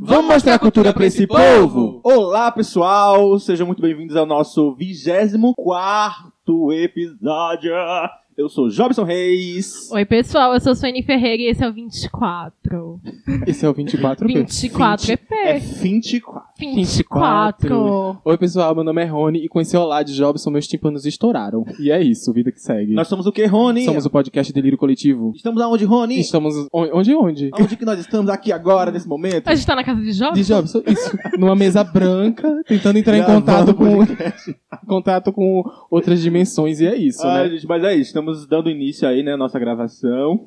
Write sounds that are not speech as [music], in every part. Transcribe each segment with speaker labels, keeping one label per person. Speaker 1: Vamos mostrar a cultura pra esse povo? Olá, pessoal! Sejam muito bem-vindos ao nosso 24 episódio. Eu sou Jobson Reis.
Speaker 2: Oi, pessoal, eu sou Suene Ferreira e esse é o 24.
Speaker 3: Esse é o 24 P.
Speaker 2: 24 EP.
Speaker 1: É 24.
Speaker 2: 24.
Speaker 3: Oi, pessoal, meu nome é Rony e com esse olá de Jobson, meus tímpanos estouraram. E é isso, vida que segue.
Speaker 1: Nós somos o que, Rony?
Speaker 3: Somos o podcast Delírio Coletivo.
Speaker 1: Estamos aonde, Rony?
Speaker 3: Estamos. on- Onde onde?
Speaker 1: Aonde que nós estamos aqui agora, nesse momento?
Speaker 3: É
Speaker 2: A gente tá na casa de
Speaker 3: De
Speaker 2: jogos?
Speaker 3: Jobson, isso. Numa mesa branca, tentando entrar em contato com, contato com outras dimensões, e é isso,
Speaker 1: Ai,
Speaker 3: né?
Speaker 1: gente, mas é isso, estamos dando início aí, né, à nossa gravação.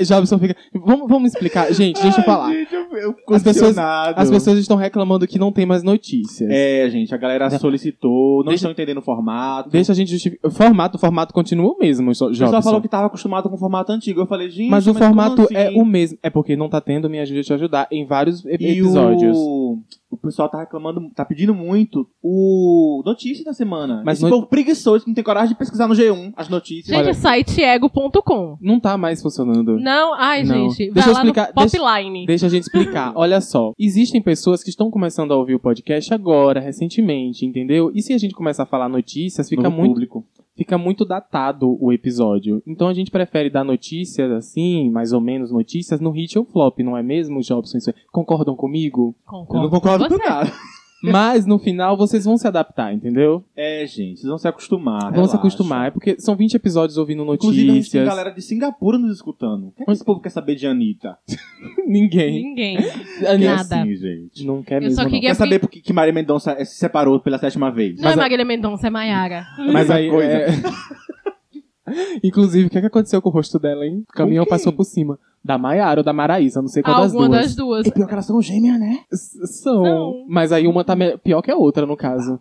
Speaker 3: Jobson fica. Vamos, vamos explicar. Gente, deixa eu falar.
Speaker 1: Gente, eu, eu
Speaker 3: As pessoas-
Speaker 1: acionado.
Speaker 3: As pessoas estão reclamando que não tem mais notícias.
Speaker 1: É, gente, a galera solicitou, não estão entendendo o formato.
Speaker 3: Deixa a gente justificar. O formato, o formato continua o mesmo, Jo-
Speaker 1: O
Speaker 3: Jobson.
Speaker 1: pessoal falou que tava acostumado com o formato antigo. Eu falei, gente,
Speaker 3: Mas o
Speaker 1: como
Speaker 3: formato
Speaker 1: assim?
Speaker 3: é o mesmo. É porque não tá tendo Me Ajude a Te Ajudar em vários ep-
Speaker 1: E
Speaker 3: episódios.
Speaker 1: o... o pessoal tá reclamando, tá pedindo muito o notícia da semana.
Speaker 3: Mas
Speaker 1: Mas Esse
Speaker 3: no-
Speaker 1: povo preguiçoso que não tem coragem de pesquisar no G1 as notícias.
Speaker 2: Gente,
Speaker 3: Olha.
Speaker 2: é site ego.com.
Speaker 3: Não tá mais funcionando.
Speaker 2: Não, ai,
Speaker 3: Não.
Speaker 2: gente.
Speaker 3: Deixa eu
Speaker 2: vai lá
Speaker 3: explicar,
Speaker 2: no
Speaker 3: deixa-
Speaker 2: Popline.
Speaker 3: Deixa a gente
Speaker 1: [laughs]
Speaker 3: explicar. Olha só. Existem pessoas que estão começando a ouvir o podcast agora, recentemente, entendeu? E se a gente começar a falar notícias, fica
Speaker 1: Novo
Speaker 3: muito,
Speaker 1: público.
Speaker 3: fica muito datado o episódio. Então a gente prefere dar notícias assim, mais ou menos notícias, no hit ou flop, não é mesmo, Jobson? Isso é- Concordam
Speaker 1: [laughs]
Speaker 3: comigo?
Speaker 1: Eu
Speaker 2: Concordo.
Speaker 1: não concordo
Speaker 2: Você-
Speaker 1: com nada.
Speaker 3: Mas no final vocês vão se adaptar, entendeu?
Speaker 1: É, gente, vocês vão se acostumar.
Speaker 3: Vão se
Speaker 1: relaxa.
Speaker 3: acostumar. É porque são 20 episódios ouvindo
Speaker 1: Inclusive, a gente tem
Speaker 3: notícias.
Speaker 1: galera de Singapura nos escutando. O que, é que esse povo quer saber de Anitta?
Speaker 3: Ninguém.
Speaker 2: Ninguém.
Speaker 1: Que é
Speaker 2: Nada.
Speaker 1: assim, gente.
Speaker 3: Não quer
Speaker 2: Eu
Speaker 3: mesmo.
Speaker 2: só
Speaker 3: não.
Speaker 2: queria-
Speaker 1: Quer saber por que que Maria Mendonça eh, se separou pela sétima vez?
Speaker 2: Não
Speaker 3: Mas
Speaker 2: é
Speaker 3: a-
Speaker 2: Marília Mendonça, é Maiara.
Speaker 3: Mas
Speaker 1: Muita
Speaker 3: aí.
Speaker 1: coisa.
Speaker 3: é- Inclusive, o que, é [laughs] que aconteceu com o rosto dela, hein? O caminhão
Speaker 1: quem?
Speaker 3: passou por cima. Da Maiara ou da Maraísa, não sei qual das
Speaker 2: Alguma
Speaker 3: duas.
Speaker 2: das duas.
Speaker 1: É pior que elas são gêmeas, né?
Speaker 3: S- São.
Speaker 2: Não.
Speaker 3: Mas aí uma tá me- pior que a outra, no caso.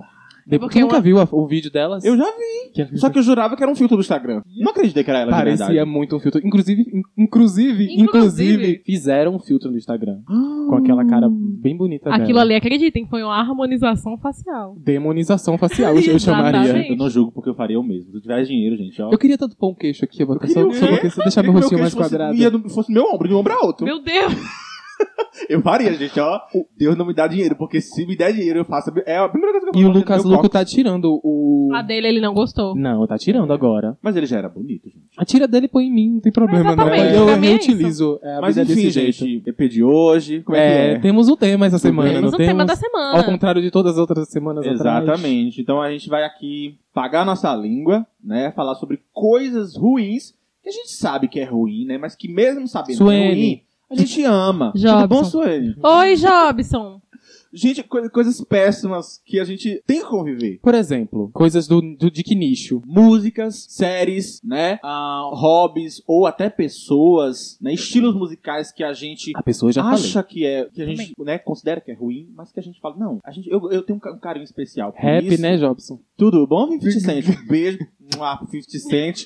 Speaker 3: Depois,
Speaker 2: É Porque
Speaker 3: tu nunca
Speaker 2: uma-
Speaker 3: viu a- o vídeo delas?
Speaker 1: Eu já vi.
Speaker 3: Que- é
Speaker 1: Só que eu jurava que era um filtro do Instagram. Não acreditei que era ela
Speaker 3: Parecia
Speaker 1: de verdade.
Speaker 3: muito um filtro. Inclusive, in- inclusive, inclusive,
Speaker 2: Inclusive.
Speaker 3: fizeram um filtro no Instagram. Com aquela cara bem bonita
Speaker 2: Hum. Aquilo
Speaker 3: dela.
Speaker 2: ali, acreditem, foi uma harmonização facial.
Speaker 3: Demonização facial, eu-
Speaker 2: [laughs]
Speaker 3: eu chamaria.
Speaker 2: Exatamente.
Speaker 1: Eu não julgo porque eu faria o mesmo. Se eu tivesse dinheiro, gente, é ó.
Speaker 3: Eu queria tanto pôr um queixo aqui, eu um vou botar só,
Speaker 1: queria-
Speaker 3: só pra que- deixar meu
Speaker 1: Meu
Speaker 3: rostinho mais
Speaker 1: queixo fosse-
Speaker 3: quadrado.
Speaker 1: ia do- fosse meu ombro, de um ombro a outro.
Speaker 2: Meu Deus!
Speaker 1: Eu faria, gente, ó. Deus não me dá dinheiro, porque se me der dinheiro, eu faço. É a primeira coisa que eu
Speaker 3: E o
Speaker 1: faço,
Speaker 3: Lucas
Speaker 1: meu
Speaker 3: Luco
Speaker 1: coque.
Speaker 3: tá tirando o.
Speaker 2: A dele ele não gostou.
Speaker 3: Não, tá tirando agora.
Speaker 1: Mas ele já era bonito, gente.
Speaker 3: A tira dele e põe em mim, não tem problema, não.
Speaker 2: Exatamente,
Speaker 3: Eu
Speaker 2: pra mim é
Speaker 3: reutilizo. É, a
Speaker 1: Mas
Speaker 3: vida é
Speaker 1: enfim,
Speaker 3: desse jeito.
Speaker 1: gente, EP de hoje. Como é,
Speaker 3: é,
Speaker 1: que é?
Speaker 3: temos um tema essa semana,
Speaker 2: Temos
Speaker 3: não
Speaker 2: o
Speaker 3: temos?
Speaker 2: tema da semana.
Speaker 3: Ao contrário de todas as outras semanas atrás.
Speaker 1: é? Exatamente. Então a gente vai aqui pagar nossa língua, né? Falar sobre coisas ruins que a gente sabe que é ruim, né? Mas que mesmo sabendo que é
Speaker 3: Suene.
Speaker 1: ruim, a gente ama. Tudo
Speaker 2: Jobson.
Speaker 1: bom, Suene?
Speaker 2: Oi, Jobson.
Speaker 1: Gente, coi- coisas péssimas que a gente tem que conviver.
Speaker 3: Por exemplo, coisas do, do Dick Nicho.
Speaker 1: Músicas, séries, né? Ah, hobbies ou até pessoas, né? Estilos musicais que a gente
Speaker 3: A pessoa já
Speaker 1: acha que é que a gente né, considera que é ruim, mas que a gente fala não. A gente, eu, eu tenho um ca- um carinho especial. por
Speaker 3: falei. Rap,
Speaker 1: isso.
Speaker 3: né,
Speaker 1: [laughs]
Speaker 3: Jobson?
Speaker 1: Tudo bom, 50 Cent? Um Beijo, Mua, 50
Speaker 3: [laughs]
Speaker 1: Cent.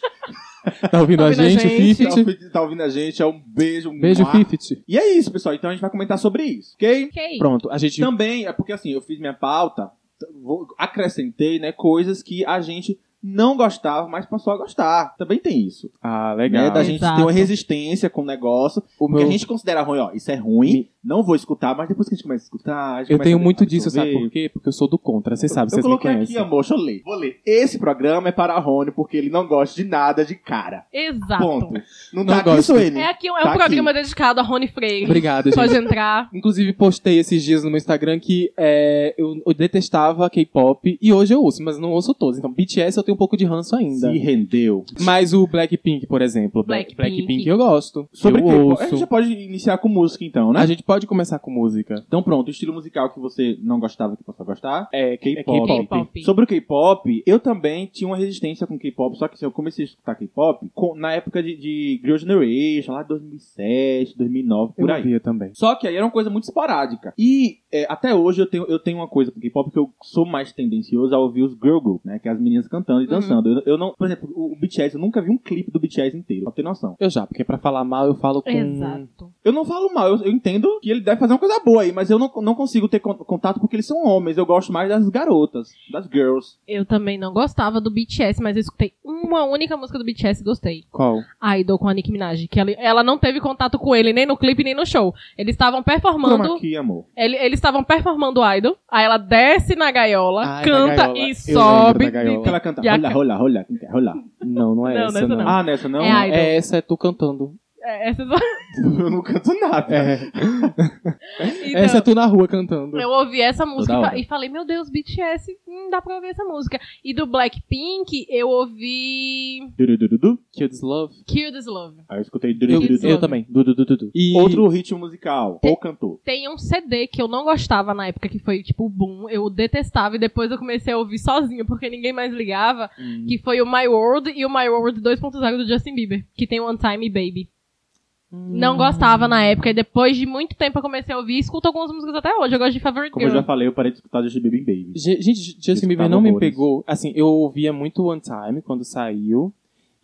Speaker 3: Tá ouvindo a
Speaker 2: ouvindo a
Speaker 3: gente,
Speaker 2: gente?
Speaker 1: Tá,
Speaker 3: Fifty?
Speaker 1: ouvi- tá ouvindo a gente? É um beijo, um
Speaker 3: Beijo,
Speaker 1: mua.
Speaker 3: Fifty.
Speaker 1: E é isso, pessoal. Então a gente vai comentar sobre isso, ok?
Speaker 2: Ok.
Speaker 3: Pronto, a gente...
Speaker 1: Também é porque assim, eu fiz minha pauta, t- vou- acrescentei, né, coisas que a gente não gostava, mas passou a gostar. Também tem isso.
Speaker 3: Ah,
Speaker 1: Né, da gente
Speaker 2: Exato.
Speaker 1: ter uma resistência com o negócio.
Speaker 3: O
Speaker 1: Porque
Speaker 3: meu...
Speaker 1: a gente considera ruim, ó, isso é ruim,
Speaker 3: Me-
Speaker 1: não vou escutar, mas depois que a gente começa a escutar, a gente
Speaker 3: Eu
Speaker 1: começa
Speaker 3: tenho
Speaker 1: a
Speaker 3: muito disso,
Speaker 1: absorver.
Speaker 3: sabe por quê? Porque eu sou do contra, você sabe,
Speaker 1: Eu
Speaker 3: vocês me
Speaker 1: coloquei
Speaker 3: conhecem.
Speaker 1: aqui, amor, deixa eu ler. Vou ler. Esse programa é para Rony porque ele não gosta de nada de cara.
Speaker 2: Exato.
Speaker 1: Ponto. Não,
Speaker 3: Não
Speaker 1: tá aqui,
Speaker 3: gosto.
Speaker 1: Suene?
Speaker 2: É aqui é um
Speaker 1: Tá
Speaker 2: programa dedicado a Rony Freire.
Speaker 3: Obrigado, gente.
Speaker 2: Pode entrar.
Speaker 3: Inclusive, postei esses dias no meu Instagram que é, eu, eu detestava K-pop e hoje eu ouço, mas não ouço todos. Então, BTS eu tenho um pouco de ranço ainda.
Speaker 1: Se rendeu.
Speaker 3: Mas o Blackpink, por exemplo. Bla-
Speaker 2: Blackpink.
Speaker 3: Blackpink eu gosto.
Speaker 1: Sobre
Speaker 3: eu
Speaker 1: K-pop,
Speaker 3: ouço.
Speaker 1: A gente já pode iniciar com música, então, né?
Speaker 3: A gente pode começar com música.
Speaker 1: Então pronto, o estilo musical que você não gostava que passou a gostar.
Speaker 3: É,
Speaker 1: K-pop.
Speaker 2: K-pop.
Speaker 1: Sobre o K-pop, eu também tinha uma resistência com K-pop, só que assim, eu comecei a escutar K-pop com- na época de, de Girl Generation, lá de 2007, 2009,
Speaker 3: Eu
Speaker 1: por aí.
Speaker 3: ouvia também.
Speaker 1: Só que aí era uma coisa muito esporádica. E é, até hoje eu tenho, eu tenho uma coisa com K-pop que eu sou mais tendencioso a ouvir os girl group, né? Que é as meninas cantando e
Speaker 2: Uhum.
Speaker 1: dançando. Eu, eu não, por exemplo, o, o BTS, eu nunca vi um clipe do BTS inteiro, pra ter noção.
Speaker 3: Eu já, porque pra falar mal eu falo com...
Speaker 2: Exato.
Speaker 1: Eu não falo mal, eu, eu entendo que ele deve fazer uma coisa boa aí, mas eu não, não consigo ter con- contato porque eles são homens. Eu gosto mais das garotas, das girls.
Speaker 2: Eu também não gostava do BTS, mas eu escutei uma uma única música do BTS e gostei.
Speaker 3: Qual?
Speaker 2: A Idol com a Nicki Minaj. Que ela, ela não teve contato com ele, nem no clipe, nem no show. Eles estavam
Speaker 1: Chroma
Speaker 2: performando.
Speaker 1: aqui, amor.
Speaker 2: ele- eles estavam performando o Idol. Aí ela desce na gaiola,
Speaker 3: Ai,
Speaker 2: canta
Speaker 3: da gaiola. Eu
Speaker 2: e
Speaker 3: lembro
Speaker 2: sobe.
Speaker 3: da gaiola.
Speaker 1: Que ela canta
Speaker 2: E a
Speaker 1: rola, rola, rola, rola.
Speaker 3: Não, não é
Speaker 2: Não,
Speaker 3: essa,
Speaker 2: nessa
Speaker 3: não.
Speaker 2: não.
Speaker 1: Ah, nessa não?
Speaker 2: É a- Idol.
Speaker 3: É, essa é tu cantando.
Speaker 2: É,
Speaker 1: [laughs]
Speaker 2: essas-
Speaker 3: [laughs]
Speaker 1: Eu não canto nada.
Speaker 3: É.
Speaker 2: Então,
Speaker 3: Essa é tu na rua cantando.
Speaker 2: Eu ouvi essa música
Speaker 1: Toda
Speaker 2: e fa-
Speaker 1: hora.
Speaker 2: e falei, meu Deus, BTS, hum, dá pra ouvir essa música. E do Blackpink, eu ouvi
Speaker 1: Durudurudu.
Speaker 3: Kids Love.
Speaker 2: Kill This Love.
Speaker 1: Aí eu escutei
Speaker 3: Eu,
Speaker 1: durudurudu.
Speaker 3: eu também. Du, du, du, du, du. E
Speaker 1: Outro ritmo musical. Ou cantor.
Speaker 2: Tem um CD que eu não gostava na época, que foi tipo o boom, eu detestava, e depois eu comecei a ouvir sozinha, porque ninguém mais ligava,
Speaker 3: Hum.
Speaker 2: que foi o My World e o My World 2.0 do Justin Bieber, que tem One Time Baby.
Speaker 3: Hum.
Speaker 2: Não gostava na época, e depois de muito tempo eu comecei a ouvir e escuto algumas músicas até hoje. Eu gosto de Favorite
Speaker 1: Como eu
Speaker 2: Girl.
Speaker 1: já falei, eu parei de escutar Justin Bieber em Baby.
Speaker 3: Ge- Gente, Justin
Speaker 1: Escutava
Speaker 3: Bieber não me
Speaker 1: horrores.
Speaker 3: pegou. Assim, eu ouvia muito One Time quando saiu.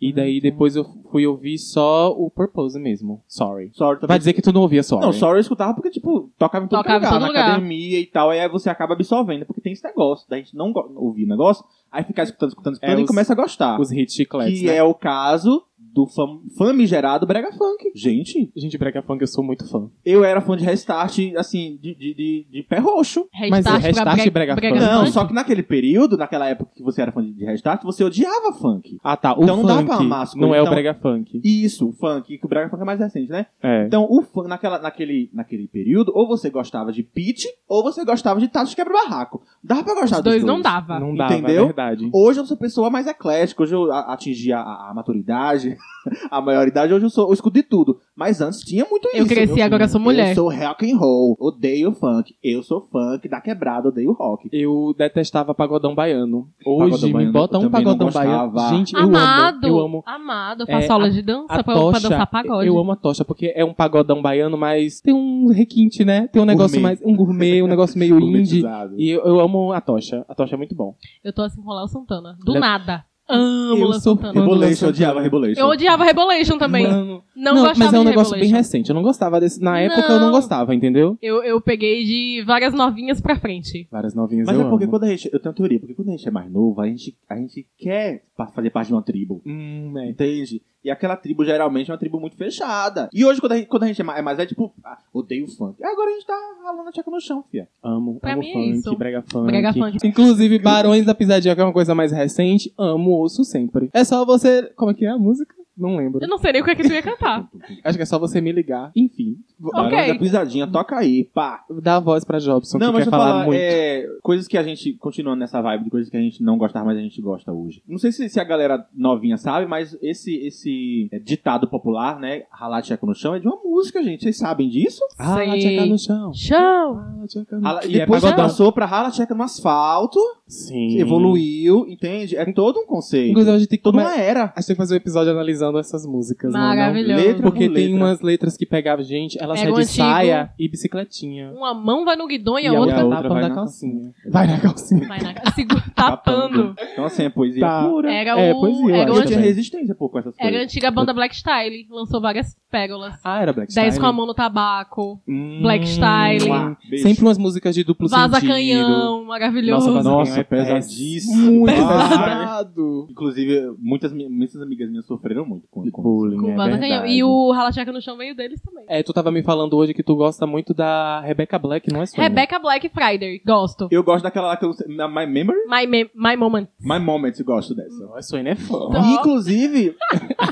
Speaker 3: E
Speaker 1: Uhum.
Speaker 3: daí depois eu fui ouvir só o Purpose mesmo. Sorry.
Speaker 1: Sorry também.
Speaker 3: Vai dizer que tu não ouvia Sorry.
Speaker 1: Não, Sorry eu escutava porque, tipo, tocava em todo
Speaker 2: Tocava em
Speaker 1: lugar,
Speaker 2: todo
Speaker 1: na
Speaker 2: lugar.
Speaker 1: academia e tal, aí você acaba absorvendo, porque tem esse negócio, da gente não go- ouvir negócio, aí ficar escutando, escutando, escutando
Speaker 3: É,
Speaker 1: e
Speaker 3: os-
Speaker 1: começa a gostar.
Speaker 3: Os hits chicletes,
Speaker 1: que
Speaker 3: né?
Speaker 1: é o caso do fam famigerado Brega Funk. Gente,
Speaker 3: Gente, Brega Funk, eu sou muito fã.
Speaker 1: eu era fã de Restart, assim, de, de, de, de pé roxo.
Speaker 3: Mas o
Speaker 2: Restart,
Speaker 3: Restart
Speaker 2: Brega-
Speaker 3: Brega
Speaker 2: Brega
Speaker 3: Funk.
Speaker 1: Não,
Speaker 2: Funk.
Speaker 1: só que naquele período, naquela época que você era fã de de Restart, você odiava funk.
Speaker 3: Ah, tá. O
Speaker 1: Então não dá
Speaker 3: funk
Speaker 1: pra amar as
Speaker 3: não
Speaker 1: coisas,
Speaker 3: é o
Speaker 1: então-
Speaker 3: Brega Funk.
Speaker 1: Isso, o funk, que o Brega Funk é mais recente, né?
Speaker 3: É.
Speaker 1: Então, o fã, naquela, naquele, naquele período, ou você gostava de Pete, ou você gostava de Tato de Quebra-Barraco. Dava pra gostar
Speaker 2: Os
Speaker 1: dos
Speaker 2: dois não dava.
Speaker 3: Não dava, é
Speaker 1: Entendeu?
Speaker 3: verdade.
Speaker 1: Hoje eu sou pessoa mais eclética, hoje eu a- atingi a, a- a maturidade, [laughs] a maioridade, hoje eu, sou, eu escuto de tudo. Mas antes tinha muito
Speaker 2: Eu
Speaker 1: isso.
Speaker 2: cresci, agora sou mulher.
Speaker 1: Eu sou rock and roll, odeio funk, eu sou funk da quebrada, odeio rock.
Speaker 3: Eu detestava pagodão baiano. Hoje
Speaker 1: Pagodão
Speaker 3: me
Speaker 1: baiano,
Speaker 3: bota
Speaker 1: eu
Speaker 3: um
Speaker 1: também não
Speaker 3: pagodão baiano.
Speaker 1: gostava.
Speaker 3: Gente, eu
Speaker 2: Amado,
Speaker 3: amo. Eu amo.
Speaker 2: amado,
Speaker 3: É,
Speaker 2: faço aula de dança
Speaker 3: A
Speaker 2: pra, pra
Speaker 3: tocha,
Speaker 2: dançar pagode.
Speaker 3: eu amo a tocha, porque é um pagodão baiano, mas tem um requinte, né? Tem um negócio
Speaker 1: Gourmet.
Speaker 3: mais. Um gourmet, um
Speaker 1: É
Speaker 3: negócio meio indie.
Speaker 1: Gourmetizado.
Speaker 3: E eu, eu amo a tocha. A tocha é muito bom.
Speaker 2: Eu tô assim com o Léo Santana. Do
Speaker 3: Le-
Speaker 2: nada. Amo
Speaker 3: Eu
Speaker 2: Léo
Speaker 3: sou
Speaker 2: Santana.
Speaker 3: fã.
Speaker 1: Rebolation, eu
Speaker 3: Quando lançou-
Speaker 1: odiava Rebolation.
Speaker 2: Eu odiava Rebolation também.
Speaker 3: Mano,
Speaker 2: não,
Speaker 3: não,
Speaker 2: gostava
Speaker 3: mas é um
Speaker 2: de
Speaker 3: negócio bem
Speaker 2: Rebolation.
Speaker 3: recente. Eu não gostava desse. Na época eu não
Speaker 2: Não.
Speaker 3: gostava, entendeu?
Speaker 2: Eu, eu peguei de várias novinhas pra frente.
Speaker 3: Várias novinhas
Speaker 1: Mas
Speaker 3: eu
Speaker 1: é porque
Speaker 3: amo.
Speaker 1: quando a gente. Eu tenho uma teoria, porque quando a gente é mais novo, a gente, a gente quer pa- fazer parte de uma tribo.
Speaker 3: Hum, né?
Speaker 1: Entende? E aquela tribo geralmente é uma tribo muito fechada. E hoje, quando a gente, quando a gente é mais, é mais é tipo, ah, odeio funk. Agora a gente tá ralando a tcheca no chão, fia.
Speaker 3: Amo,
Speaker 2: Pra
Speaker 3: amo
Speaker 2: mim é
Speaker 3: funk,
Speaker 2: isso.
Speaker 3: brega funk.
Speaker 2: Brega funk.
Speaker 3: Inclusive, Barões da Pisadinha, que é uma coisa mais recente, amo, ouço sempre. É só você. Como é que é a música? Não lembro.
Speaker 2: Eu não sei nem o que é que tu ia cantar.
Speaker 3: Acho que é só você me ligar. Enfim,
Speaker 1: Barão da pisadinha, toca aí, pá.
Speaker 3: dá a voz pra Jobson,
Speaker 1: não,
Speaker 3: que
Speaker 1: mas
Speaker 3: quer
Speaker 1: eu
Speaker 3: falar
Speaker 1: falar,
Speaker 3: muito.
Speaker 1: é, coisas que a gente, continuando nessa vibe de coisas que a gente não gostava, mas a gente gosta hoje. Não sei se, se a galera novinha sabe, mas esse, esse é, ditado popular, né, ralar tcheca no chão, é de uma música, gente. Vocês sabem disso?
Speaker 3: Ah,
Speaker 2: Sei.
Speaker 3: tcheca no chão.
Speaker 2: Show!
Speaker 3: Ah, tcheca no
Speaker 1: Rala-
Speaker 3: chão. E é
Speaker 1: depois
Speaker 3: pagodão.
Speaker 1: passou pra rala tcheca no asfalto,
Speaker 3: Sim.
Speaker 1: evoluiu, entende? É todo um conceito.
Speaker 3: Inclusive, a gente tem que
Speaker 1: Toda
Speaker 3: tomar...
Speaker 1: uma era.
Speaker 3: A gente tem que fazer um episódio analisando essas músicas, não, não?
Speaker 2: Maravilhoso.
Speaker 1: Letra
Speaker 3: Porque
Speaker 1: por
Speaker 3: tem
Speaker 1: letra.
Speaker 3: umas letras que pegavam gente, elas
Speaker 2: Pega
Speaker 3: é
Speaker 2: o
Speaker 3: de
Speaker 2: antigo.
Speaker 3: saia e bicicletinha.
Speaker 2: Uma mão vai no guidão e a
Speaker 3: a
Speaker 2: outra
Speaker 1: outra
Speaker 3: tapa
Speaker 1: vai
Speaker 3: na
Speaker 1: na
Speaker 3: calcinha. Vai na calcinha.
Speaker 2: vai na cara.
Speaker 3: [laughs]
Speaker 2: Segura- tapando.
Speaker 1: Então, assim, é poesia
Speaker 3: Tá.
Speaker 1: pura.
Speaker 2: Era
Speaker 3: É,
Speaker 2: o-
Speaker 3: pois é, eu
Speaker 2: era
Speaker 3: acho é
Speaker 1: Eu
Speaker 2: o anti-
Speaker 1: tinha
Speaker 3: também.
Speaker 1: resistência pouco com essas
Speaker 2: era a
Speaker 1: coisas.
Speaker 2: antiga banda Black Style. Lançou várias pérolas.
Speaker 3: Ah, era Black Style.
Speaker 2: Dez com a mão no tabaco.
Speaker 3: Hum,
Speaker 2: Black Style.
Speaker 3: uá.
Speaker 1: Beijo.
Speaker 3: Sempre umas músicas de duplo
Speaker 2: Vaza
Speaker 3: sentido.
Speaker 2: canhão. Maravilhoso.
Speaker 3: Nossa,
Speaker 1: Nossa,
Speaker 3: É
Speaker 1: pesadíssimo.
Speaker 3: Muito
Speaker 1: Ah.
Speaker 3: pesado.
Speaker 1: Inclusive, muitas, mi- muitas amigas minhas sofreram muito com, com isso.
Speaker 3: Bullying,
Speaker 2: Com
Speaker 3: é
Speaker 2: Vaza canhão.
Speaker 3: verdade.
Speaker 2: E o Ralachaca no chão veio deles também.
Speaker 3: É, tu tava me falando hoje que tu gosta muito da Rebecca Black, não é sua?
Speaker 2: Rebecca Black Friday. Gosto.
Speaker 1: Eu gosto daquela lá que eu. na My Memory?
Speaker 2: My, mem- my Moment.
Speaker 1: My Moment, eu gosto dessa.
Speaker 3: Não, é sua, né? fã.
Speaker 2: Tá.
Speaker 1: Inclusive,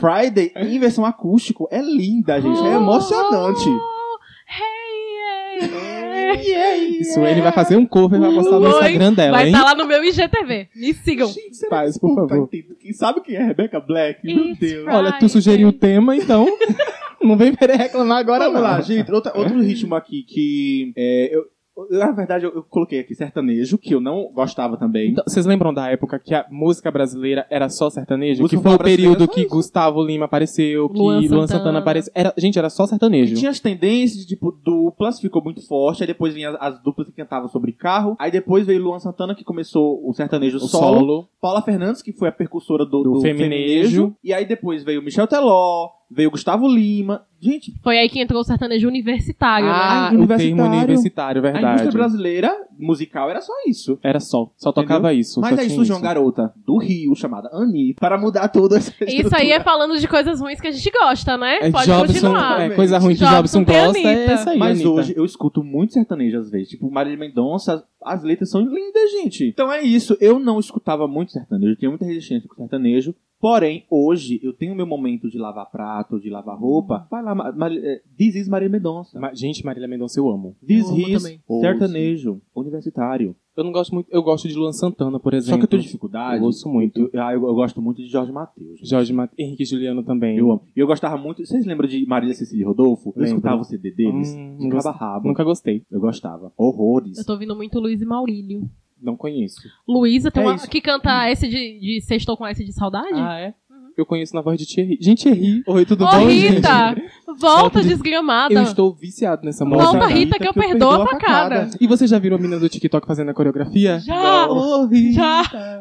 Speaker 1: Friday, em versão acústico, é linda, gente. É emocionante.
Speaker 2: Oh, hey, hey, hey.
Speaker 1: é
Speaker 3: Isso, ele vai fazer um cover e vai postar no
Speaker 2: Oi,
Speaker 3: Instagram dela,
Speaker 2: Vai tá
Speaker 3: hein?
Speaker 2: estar lá no meu IGTV. Me sigam.
Speaker 1: Gente, será
Speaker 3: Paz,
Speaker 1: que
Speaker 3: por
Speaker 1: esse povo tá
Speaker 3: favor.
Speaker 1: entendendo? Quem sabe quem é Rebecca Black? Meu
Speaker 2: It's
Speaker 1: Deus.
Speaker 2: Friday.
Speaker 3: Olha, tu sugeriu o tema, então [laughs] não vem querer reclamar agora,
Speaker 1: Vamos
Speaker 3: não.
Speaker 1: lá, gente. Outra- outro ritmo aqui que. é, eu, eu- na verdade, eu, eu coloquei aqui sertanejo, que eu não gostava também.
Speaker 3: Então, vocês lembram da época que a música brasileira era só sertanejo?
Speaker 1: Música
Speaker 3: que foi o
Speaker 1: brasileira
Speaker 3: período
Speaker 1: só
Speaker 3: que
Speaker 1: isso.
Speaker 3: Gustavo Lima apareceu, que
Speaker 2: Luan
Speaker 3: Luan, Santana.
Speaker 2: Santana
Speaker 3: apareceu. Era, gente, era só
Speaker 1: E
Speaker 3: sertanejo.
Speaker 1: tinha as tendências, tipo, duplas, ficou muito forte. Aí depois vinha as, as duplas que cantavam sobre carro. Aí depois veio Luan Santana, que começou o sertanejo
Speaker 3: O
Speaker 1: solo.
Speaker 3: solo.
Speaker 1: Paula Fernandes, que foi a percursora do,
Speaker 3: Do
Speaker 1: do
Speaker 3: feminejo.
Speaker 1: feminejo. E aí depois veio Michel Teló, Veio Gustavo Lima. Gente,
Speaker 2: Foi aí que entrou o sertanejo universitário, né?
Speaker 3: Ah,
Speaker 1: né?
Speaker 3: o termo
Speaker 1: Universitário.
Speaker 3: universitário,
Speaker 1: a indústria
Speaker 3: verdade.
Speaker 1: brasileira musical era só isso.
Speaker 3: Era só, só tocava isso.
Speaker 1: Mas
Speaker 3: só
Speaker 1: aí
Speaker 3: tinha
Speaker 1: surgiu uma
Speaker 3: isso.
Speaker 1: garota do Rio, chamada Ani, para mudar toda essa
Speaker 2: Isso aí é falando de coisas ruins que a gente gosta, né?
Speaker 3: É,
Speaker 2: Pode
Speaker 3: Jobson,
Speaker 2: continuar.
Speaker 3: é, coisa ruim que
Speaker 2: Jobson
Speaker 3: Jobson,
Speaker 2: tem
Speaker 3: gosta é
Speaker 2: Anitta.
Speaker 3: essa aí,
Speaker 1: Mas
Speaker 3: Anitta.
Speaker 1: hoje eu escuto muito sertanejo às vezes. Tipo, Marília Mendonça, as- as letras são lindas, gente. Então é isso. Eu não escutava muito sertanejo, eu tinha muita resistência com sertanejo. Porém, hoje eu tenho meu momento de lavar prato, de lavar
Speaker 3: Hum.
Speaker 1: roupa. Vai lá, Ma- Ma- eh, This is Marília Mendonça.
Speaker 3: Ma- gente, Marília Mendonça eu amo.
Speaker 1: This
Speaker 2: Eu amo
Speaker 1: is
Speaker 2: também.
Speaker 1: sertanejo, universitário.
Speaker 3: Eu não gosto muito, eu gosto de Luan Santana, por
Speaker 1: Só
Speaker 3: exemplo.
Speaker 1: que eu tenho dificuldade.
Speaker 3: Eu ouço muito.
Speaker 1: Eu, ah, eu- eu gosto muito de Jorge Matheus. gente.
Speaker 3: Jorge Mat... Henrique Juliano também.
Speaker 1: Eu amo. E eu gostava muito. Vocês lembram de Marília Cecília e Rodolfo? Eu
Speaker 3: Lembro.
Speaker 1: escutava o CD deles.
Speaker 3: Hum,
Speaker 1: de
Speaker 3: não
Speaker 1: cabo a rabo.
Speaker 3: Nunca gostei,
Speaker 1: Eu gostava. Horrores.
Speaker 2: Eu tô ouvindo muito Luiz e Maurílio.
Speaker 3: não conheço.
Speaker 2: Luísa tem
Speaker 1: É
Speaker 2: uma
Speaker 1: isso.
Speaker 2: que canta S de, de Sextou com S de Saudade?
Speaker 3: Ah, é? Eu conheço na voz de Thierry. Gente, Thierry. Oi, tudo
Speaker 2: Uhum. Ô,
Speaker 3: bom? gente?
Speaker 2: Rita! Volta
Speaker 3: Volta de-
Speaker 2: desgramada!
Speaker 3: Eu estou viciado nessa música.
Speaker 2: Volta, Rita, que eu perdoo a facada.
Speaker 3: E você já virou a menina do TikTok fazendo a coreografia?
Speaker 2: Já!
Speaker 3: Ô, Rita.
Speaker 2: Já!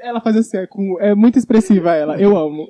Speaker 3: Ela faz assim, é, com- é muito expressiva ela. Eu amo.